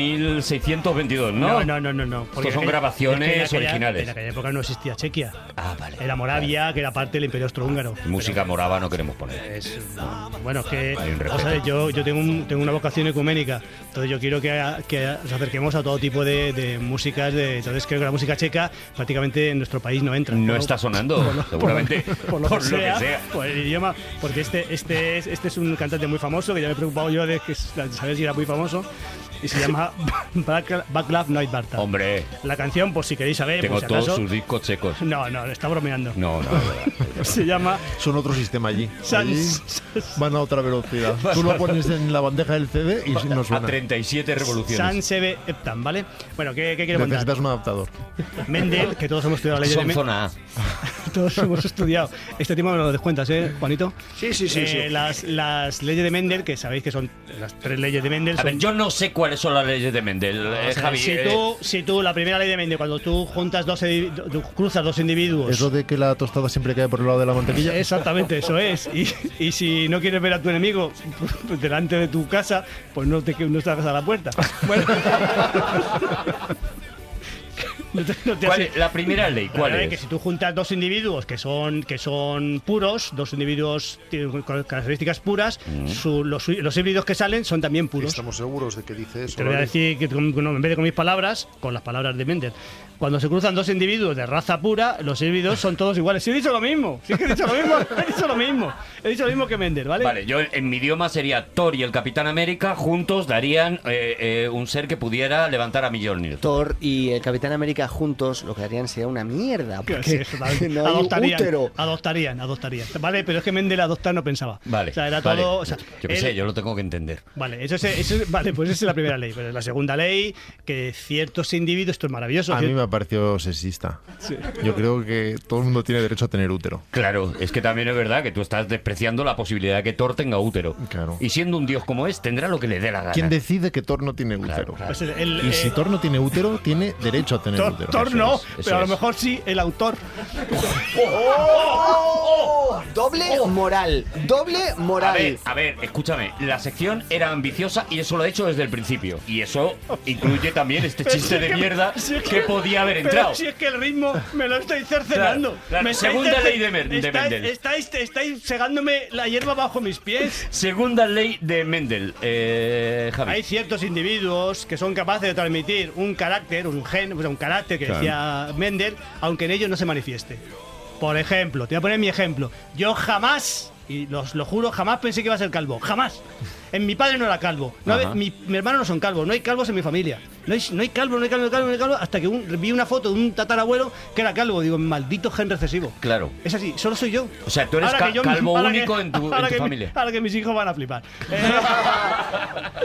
A: 1622, ¿no?
C: no, no. no, no, porque
A: son
C: aquella-
A: grabaciones
C: en aquella-
A: originales.
C: En aquella época no existía Chequia.
A: Ah, vale.
C: Era Moravia, que era parte del Imperio Austrohúngaro.
A: Música morava no queremos poner.
C: Es- bueno, es que
A: Hay un respeto.
C: o sea, yo, yo tengo, un- tengo una vocación ecuménica, entonces yo quiero que, que nos acerquemos a todo tipo de, de músicas. De, entonces creo que la música checa prácticamente en nuestro país no entra.
A: No
C: Por-
A: está sonando, seguramente.
C: Por lo, que, sea, por el idioma, porque este, este, es, este es un cantante muy famoso, que ya me he preocupado yo de que, saber si era muy famoso, y se llama Back- Backlav Neidbarta.
A: Hombre,
C: La canción, por si queréis saber,
A: tengo
C: por si
A: todos
C: acaso-
A: sus discos checos.
C: No, no, está bromeando.
A: No, no, es verdad, es verdad.
C: Se llama
B: Son otro sistema allí. Allí
C: Sans-
B: van a otra velocidad. Tú lo pones en la bandeja del CD y no
A: A
B: suena.
A: 37 revoluciones.
C: Sansebe Eptam, ¿vale? Bueno, ¿qué, qué quiero contar?
B: Necesitas un adaptador.
C: Mendel, que todos hemos estudiado la ley de
A: Son
C: Mendel.
A: zona A.
C: Todos hemos estudiado. Este tema me lo descuentas, ¿eh, Juanito?
D: Sí, sí, sí,
C: Eh,
D: sí.
C: Las, las leyes de Mendel, que sabéis que son las tres leyes de Mendel.
A: A
C: son-
A: ver, yo no sé cuáles son las leyes de Mendel, eh,
C: O sea,
A: Javi.
C: si,
A: eh,
C: tú, si tú, la primera ley de Mendel, cuando tú juntas dos, edi- tú cruzas dos
F: Pues
C: individuos.
B: Eso de que la tostada siempre cae por el lado de la mantequilla.
C: Exactamente, eso es. Y, y si no quieres ver a tu enemigo delante de tu casa, pues no te no salgas a la puerta. Bueno. No te- no te
A: ¿cuál
C: hace-
A: es- la primera ley,
C: La
A: ¿cuál
C: verdad Que
A: es?
C: si tú juntas dos individuos que son, que son puros, dos individuos ti- con características puras,
A: Mm.
C: su- los, los híbridos que salen son también puros.
F: Estamos seguros de que dice eso.
C: Te lo voy a
F: ¿vale?
C: decir que con- con- en vez de con mis palabras, con las palabras de Mendel. Cuando se cruzan dos individuos de raza pura, los híbridos son todos iguales. Sí, he dicho lo mismo. Sí, que he dicho lo mismo. He dicho lo mismo. He dicho lo mismo que Mendel, ¿vale?
A: Vale, yo en mi idioma sería Thor y el Capitán América juntos darían eh, eh, un ser que pudiera levantar a Mjolnir.
D: Thor y el Capitán América juntos lo que harían sería una mierda.
C: Que
D: Porque
C: sí, eso también.
D: no hay
C: adoptarían, Ah.
D: útero.
C: adoptarían, adoptarían. Vale, pero es que Mendel adoptar no pensaba.
A: Vale,
C: O sea, era
A: vale.
C: todo. o sea,
A: yo qué
C: él-
A: sé, yo lo tengo que entender.
C: Vale, eso es, eso es- vale, pues esa es la primera ley. Pero la segunda ley, que ciertos individuos, esto es maravilloso.
B: A mí
C: cier-
B: me ha parecido sexista. Yo creo que todo el mundo tiene derecho a tener útero.
A: Claro, es que también es verdad que tú estás despreciando la posibilidad de que Thor tenga útero.
B: Claro.
A: Y siendo un dios como es, tendrá lo que le dé la gana.
B: ¿Quién decide que Thor no tiene útero?
C: Pues el- el-
B: Y si
C: eh,
B: Thor no tiene útero, tiene derecho a tener
C: Thor-
B: útero.
C: Thor no,
A: es, eso
C: pero a lo
A: es.
C: mejor sí el autor.
D: Doble
C: Oh.
D: moral. Doble moral.
A: A ver, a ver, escúchame, la sección era ambiciosa y eso lo ha hecho desde el principio. Y eso incluye también este
C: Pero
A: chiste
C: si es
A: de
C: que-
A: mierda
C: si es
A: que podía haber
C: pero
A: entrado.
C: si es que el ritmo me lo estáis cercenando.
A: Claro, claro.
C: Me estáis
A: Segunda
C: cerce-
A: ley de Mer- de
C: estáis-
A: Mendel.
C: Estáis, estáis segándome la hierba bajo mis pies.
A: Segunda ley de Mendel, eh, Javi.
C: Hay ciertos individuos que son capaces de transmitir un carácter, un gen, o sea, un carácter que decía Mendel, aunque en ellos no se manifieste. Por ejemplo, te voy a poner mi ejemplo. Yo jamás, y los, lo juro, jamás pensé que iba a ser calvo. Jamás. En mi padre no era calvo. No
A: Ajá.
C: habe- mi, mi hermano no son calvos. No hay calvos en mi familia. No hay, no hay calvo, no hay calvo, no hay calvo, no hay calvo. Hasta que un- vi una foto de un tatarabuelo que era calvo. Digo, maldito gen recesivo.
A: Claro.
C: Es así, solo soy yo.
A: O sea, tú eres
C: Ahora
A: ca-
C: que yo-
A: calvo
C: ahora
A: único
C: que-
A: en tu, en
C: ahora
A: tu
C: que mi-
A: familia.
C: ahora que mis hijos van a flipar. Eh,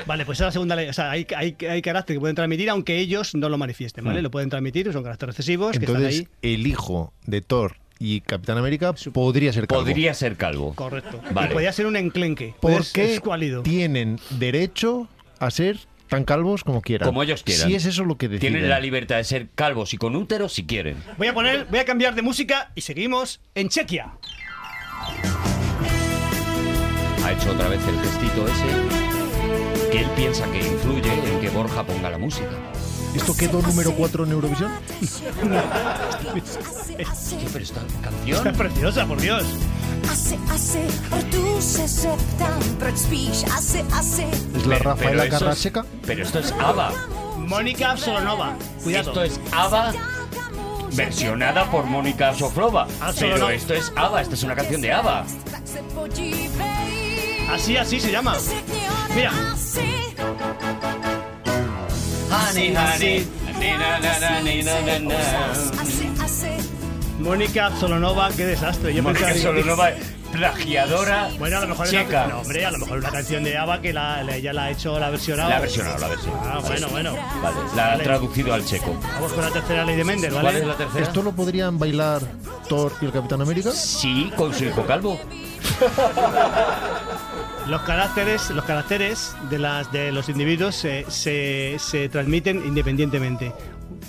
C: vale, pues esa es la segunda ley. O sea, hay, hay, hay carácter que pueden transmitir, aunque ellos no lo manifiesten, ¿vale? Lo pueden transmitir, son caracteres recesivos que
B: Mm. Entonces,
C: están ahí.
B: el hijo de Thor y Capitán América podría ser calvo.
A: Podría ser calvo.
C: Correcto.
A: Vale.
C: Y podría ser un enclenque. Pues
B: Porque
C: es, escuálido.
B: tienen derecho a ser tan calvos como quieran.
A: Como ellos quieran.
B: Si es eh, eso lo que deciden.
A: Tienen la libertad de ser calvos y con útero si quieren.
C: Voy a poner, voy a cambiar de música y seguimos en Chequia.
A: Ha hecho otra vez el gestito ese que él piensa que influye en que Borja ponga la música.
B: ¿Esto quedó número 4 en Eurovisión?
A: Sí, pero esta
C: Está
A: canción...
C: preciosa, por Dios.
E: Asi, asi, rtu se zeptám, proč spíš? Asi, asi,
B: ¿Es la
A: Pero- pero
B: Rafaela
A: eso es-
B: Carracheca?
A: Pero esto es ABBA.
C: Mónica Solonova. Cuidado.
A: Esto es ABBA versionada por Mónica Sofrova.
C: Ah, sí,
A: Pero
C: ¿no?
A: esto es ABBA, esta es una canción de ABBA.
E: tak se podívej.
C: Así, así se llama.
E: Řekni ona
C: Mira.
E: asi,
A: Honey, honey. Ni, na, na, na, ni, na, na, na.
E: asi, asi,
C: Mónica Solonova, qué desastre. Yo
A: Mónica
C: pensaba-
A: Solonova, plagiadora
C: Bueno, a lo mejor es una-
A: checa.
C: no, hombre, a lo mejor una canción de ABBA que la, la- ella la ha hecho, la ha versionado.
A: La ha versionado, la ha versionado.
C: Ah, bueno, bueno.
A: Vale, la ha traducido al checo.
C: Vamos con la tercera ley de Mendel, ¿vale?
A: ¿Cuál es la tercera?
B: ¿Esto lo podrían bailar Thor y el Capitán América?
A: Sí, con su hijo calvo.
C: Los caracteres, los caracteres de las de los individuos eh, se, se transmiten independientemente.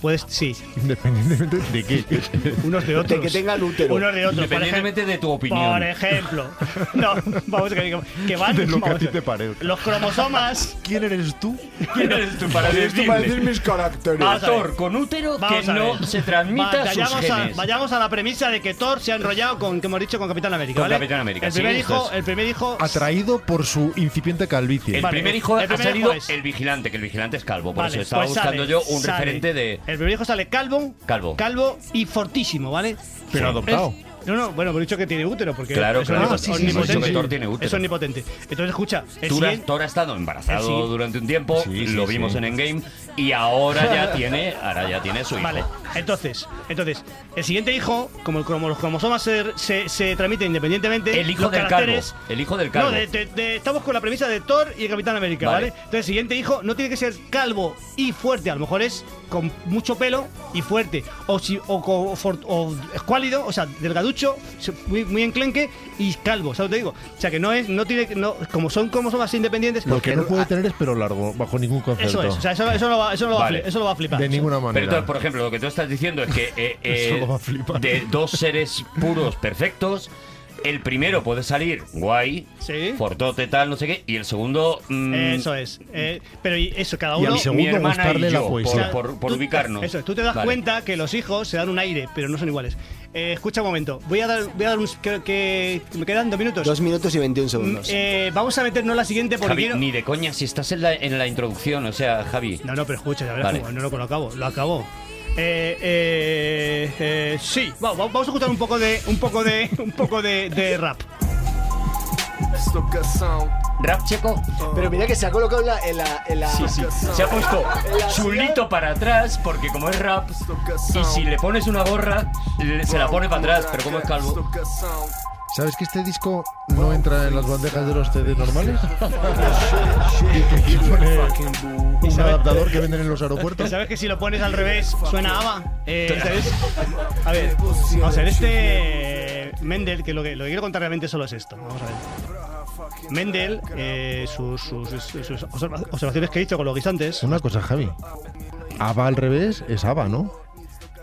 C: Puedes, sí,
B: Independientemente de qué.
C: unos de otros.
D: que tengan útero.
C: Unos de otros. por
A: Independientemente
C: ejem-
A: de tu opinión.
C: Por ejemplo. No, vamos a que, que van.
B: De lo que
C: vamos
B: a ti
C: ver.
B: te parezca.
C: Los cromosomas.
B: ¿Quién eres tú?
A: ¿Quién eres tú para
F: Esto va a decir
A: decirle?
F: mis caracteres.
A: A Thor con útero que
C: Vamos a
A: no
C: ver.
A: se transmita
C: Va-
A: sus
C: vayamos, a,
A: genes.
C: vayamos a la premisa de que Thor se ha enrollado con, que hemos dicho, con Capitán América.
A: Con
C: ¿vale?
A: Capitán América,
C: El
A: sí,
C: primer
A: esto
C: hijo,
A: es.
C: el primer hijo.
B: Atraído por su incipiente calvicie.
A: El
C: Vale,
A: primer hijo
C: el
A: ha
C: primer
A: salido
C: hijo es-
A: el vigilante, que el vigilante es calvo. Por
C: Vale,
A: eso estaba
C: pues
A: buscando
C: sale,
A: yo un
C: sale.
A: referente de.
C: El primer hijo sale calvo.
A: Calvo.
C: Calvo y fortísimo, ¿ale?
B: Pero adoptado.
C: Es- no, no, bueno, he dicho que tiene útero porque
A: Claro,
C: es
A: claro, Ah,
C: omnipo-
A: sí, sí, hemos
C: omnipotente.
A: dicho que Thor tiene útero.
C: Es omnipotente. Entonces, escucha, el
A: Tura-
C: siguiente-
A: Thor ha estado
C: El
A: embarazado
C: siguiente-
A: durante un tiempo,
B: Sí, sí,
A: lo
B: sí.
A: vimos en Endgame, y ahora ya tiene, ahora ya tiene su hijo.
C: Vale, entonces, entonces, el siguiente hijo, como, el cromo- los cromosomas se, se, se transmiten independientemente,
A: El hijo
C: los
A: del
C: caracteres-
A: calvo, el hijo del calvo.
C: No, de- de- de- estamos con la premisa de Thor y el Capitán América,
A: Vale.
C: ¿vale? Entonces, el siguiente hijo no tiene que ser calvo y fuerte, a lo mejor es con mucho pelo y fuerte, o, si, o, co- o for- o escuálido, o sea, delgaducho, se- muy, muy enclenque y calvo, ¿sabes lo que te digo? O sea, que no es, no tiene, no, como son cromosomas independientes,
B: Lo que no puede
C: ah,
B: tener es pelo largo, bajo ningún concepto.
C: Eso es, o sea, eso, eso lo va, eso lo va a
A: Vale.
C: fli- eso lo va a flipar.
B: de ninguna manera.
A: Pero entonces, por ejemplo, lo que tú estás diciendo es que eh, eh,
B: Eso lo va a flipar.
A: de dos seres puros perfectos, el primero puede salir guay,
C: Sí.
A: fortote, tal, no sé qué, y el segundo. mm,
C: Eso es. Eh, pero y eso, cada
B: Y al
C: uno.
B: segundo,
A: mi hermana
B: gustarle
A: y
B: la
A: yo,
B: poesía.
A: por, por- por
C: tú-
A: ubicarnos.
C: Eso, es, tú te das
A: Vale.
C: cuenta que los hijos se dan un aire, pero no son iguales. Eh, escucha un momento, voy a dar, voy a dar un. Creo que me quedan dos minutos.
D: Dos minutos y 21
C: Mm,
D: segundos.
C: eh, vamos a meternos la siguiente porque
A: Javi,
C: quiero-
A: ni de coña, si estás en la, en la introducción, o sea, Javi.
C: No, no, pero escucha, ya verás
A: Vale.
C: cómo- no, no, lo acabo, lo acabo. Eh, eh, eh, sí, va- va- vamos a escuchar un poco de un poco de un poco de, de rap.
A: Rap checo
D: Pero mira que se ha colocado en la. En la, en la-
A: se ha puesto chulito para atrás porque como es rap y si le pones una gorra le- se la pone para atrás, pero como es calvo.
B: ¿Sabes que este disco no entra en las bandejas de los CD normales? Un adaptador que venden en los aeropuertos.
C: ¿Sabes que si lo pones al revés suena ABBA? Eh, ¿sabes? A ver, vamos a ver, este Mendel, que lo, que lo que quiero contar realmente solo es esto. Vamos a ver. Mendel, eh, sus, sus- sus- sus observa- observaciones que he hecho con los guisantes,
B: Una cosa, Javi. Aba al revés es Aba, ¿no?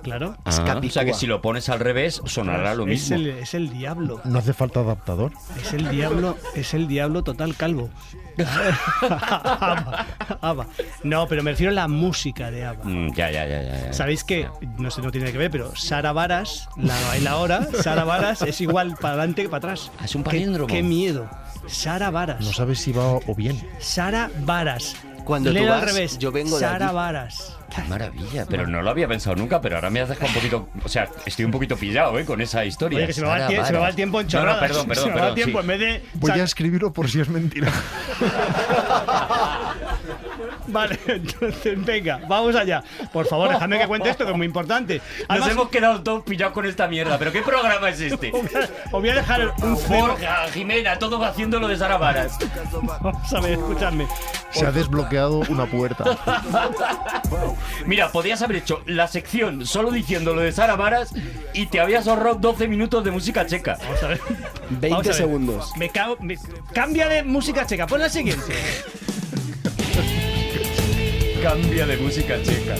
C: claro,
A: Ah, o sea que si lo pones al revés sonará lo
C: es
A: mismo.
C: el, es el diablo,
B: No hace falta adaptador.
C: es el diablo, es el diablo total calvo. ABBA, ABBA. No, pero me refiero a la música de ABBA.
A: Mm, ya, ya, ya, ya, ya.
C: Sabéis que, no sé, no tiene que ver, pero Sara Varas, la bailadora, Sara Varas es igual para adelante que para atrás.
D: Ah,
A: Es un
C: Qué-
A: palíndromo.
C: Qué, miedo. Sara
B: No
C: Varas.
B: sabes si va o bien.
C: Sara Varas.
D: Cuando tú
C: Léelo al
D: vas,
C: revés.
D: yo vengo de
C: Sara
D: aquí.
C: Varas.
A: Qué maravilla, pero no lo había pensado nunca, pero ahora me has dejado un poquito, o sea, estoy un poquito pillado, ¿eh? Con esa historia.
C: Oye, que se me, va el, tie- se me va el tiempo en
A: No,
C: chorradas.
A: No, perdón, perdón,
C: Se me va el
A: perdón,
C: tiempo
A: sí. Pues
C: en vez de...
B: Voy
C: sa-
B: a escribirlo por si es mentira.
C: Vale, entonces, venga, vamos allá. Por favor, déjame que cuente esto, que es muy importante.
A: Nos
C: Además,
A: hemos quedado todos pillados con esta mierda, pero ¿qué programa es este?
C: os voy a dejar un cebo.
A: Borja, Jimena, todo va haciendo lo de Sara Varas.
C: Vamos a ver, escuchadme.
B: Se ha desbloqueado una puerta.
A: Mira, podías haber hecho la sección solo diciendo lo de Sara Varas y te habías ahorrado 12 minutos de música checa.
C: Vamos a ver.
D: 20
C: Vamos a ver.
D: segundos.
C: Me cago- me- Cambia de música checa, pon la siguiente.
I: Cambia de música checa.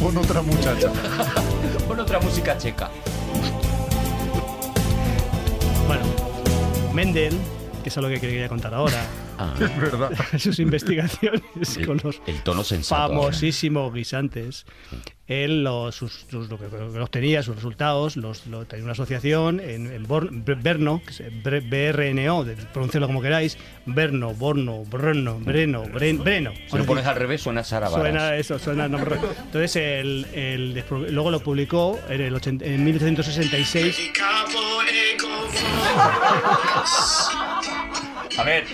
B: Pon otra muchacha.
I: Pon otra música checa.
C: Bueno, Mendel, que es lo que quería contar ahora,
A: Ah,
B: Es verdad.
C: sus investigaciones con los
A: el tono sensato. ahora.
C: famosísimos guisantes. Él los, sus- sus- lo que, lo que obtenía, sus resultados, los, lo- tenía una asociación en, en Born- Bre- Brno, que es Bre- BRNO, de- pronunciarlo como queráis, Berno, Borno, Brno, Breno, Bren- Breno.
A: Si lo pones al revés, suena Sara Baras.
C: Suena eso, suena el nombre. Entonces, el, el despro- luego lo publicó en, el 80 en 1866.
I: A ver.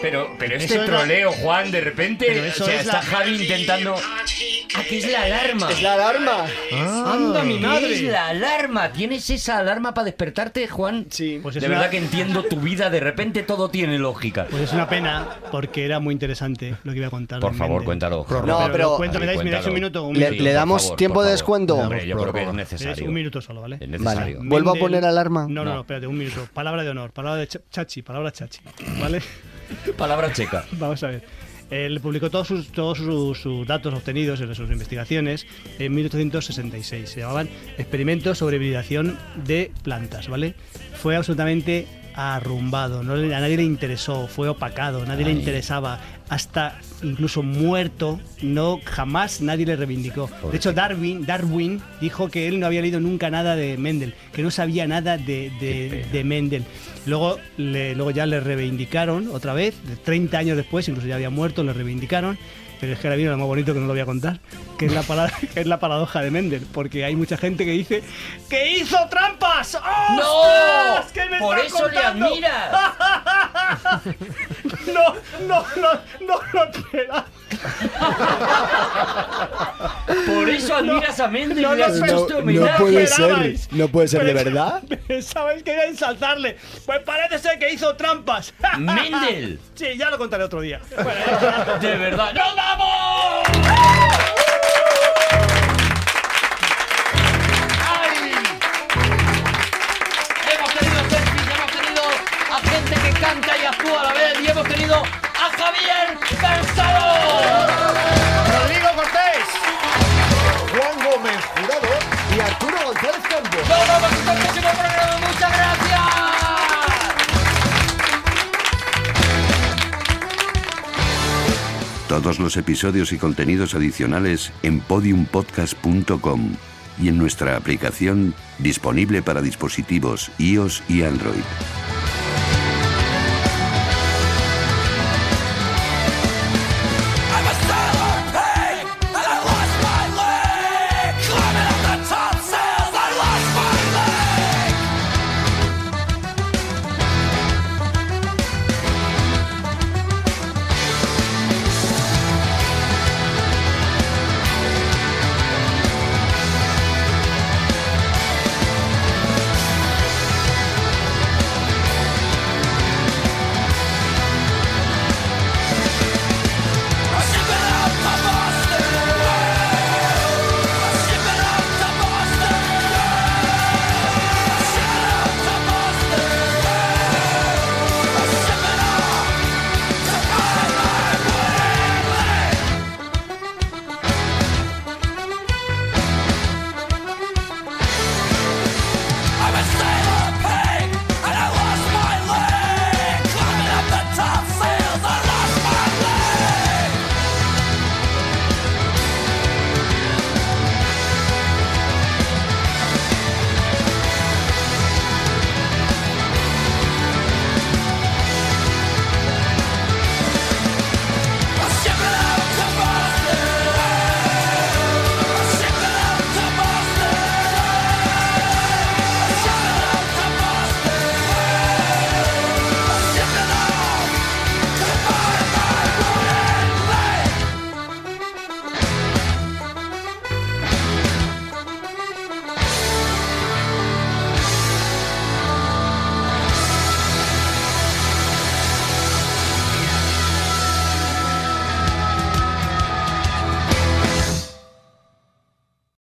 I: Pero, pero este
C: Eso era-
I: troleo, Juan, de repente.
C: Pero eso
I: o sea,
C: es
I: está
C: la-
I: Javi intentando. Aquí es la alarma.
D: Es la alarma.
C: Ah.
I: Anda, mi
C: madre.
I: Es la alarma. ¿Tienes esa alarma para despertarte, Juan?
D: Sí.
C: Pues es
I: de
C: una-
I: verdad que entiendo tu vida. De repente todo tiene lógica.
C: Pues es una pena, porque era muy interesante lo que iba a contar.
A: Por
C: realmente.
A: favor, cuéntalo. Javi,
D: No, pero-
C: lo cuento, me dais, me dais un
A: cuéntalo.
C: minuto. Un
D: Le-
C: minuto.
A: Sí, por
D: damos
A: favor,
D: tiempo
A: por
D: de
A: favor.
D: descuento?
A: Hombre, yo creo que es
C: Es
A: necesario.
C: un minuto solo, ¿vale?
A: Es
D: Vale.
A: necesario.
D: ¿Vuelvo a
C: Mendel-
D: poner alarma?
C: No, no,
A: No.
C: no, espérate, un minuto. Palabra de honor, palabra de cha- chachi, palabra chachi. ¿Vale?
I: Palabra checa.
C: Vamos a ver. Él publicó todos sus, todos sus, sus datos obtenidos en sus investigaciones en 1866. Se llamaban Experimentos sobre hibridación de plantas, ¿vale? Fue absolutamente arrumbado, no, le- a nadie le interesó, fue opacado, nadie
A: Ay.
C: le interesaba, hasta incluso muerto, no jamás nadie le reivindicó. De hecho, Darwin, Darwin dijo que él no había leído nunca nada de Mendel, que no sabía nada de, de- de Mendel. Luego, le- luego ya le reivindicaron otra vez, de 30 años después, incluso ya había muerto, le reivindicaron. Pero es que ahora viene lo más bonito que no lo voy a contar, que es la, parada, que es la paradoja de Mendel, porque hay mucha gente que dice que hizo trampas. ¡Ostras! ¿Qué me
I: Por
C: estás
I: eso
C: contando?
I: le admiras.
C: No, no, no, no lo esperaba.
I: Por eso admiras a Méndez.
C: No,
I: le has
C: no,
I: puesto
C: no
I: homenaje.
C: puede ser,
D: no puede ser de
C: Pero-
D: verdad.
C: Pensabais que iba a ensalzarle. Pues parece ser que hizo trampas.
I: Mendel.
C: Sí, ya lo contaré otro día. Bueno,
I: De verdad. ¡Nos vamos! ¡Ay! Hemos tenido selfies, hemos tenido a gente que canta y actúa a la vez y hemos tenido a Javier Cansado.
D: Rodrigo Cortés, Juan Gómez Jurado y Arturo González Campos.
I: Nos vemos hasta el próximo programa. ¡Muchas gracias!
J: Todos los episodios y contenidos adicionales en podiumpodcast.com y en nuestra aplicación disponible para dispositivos iOS y Android.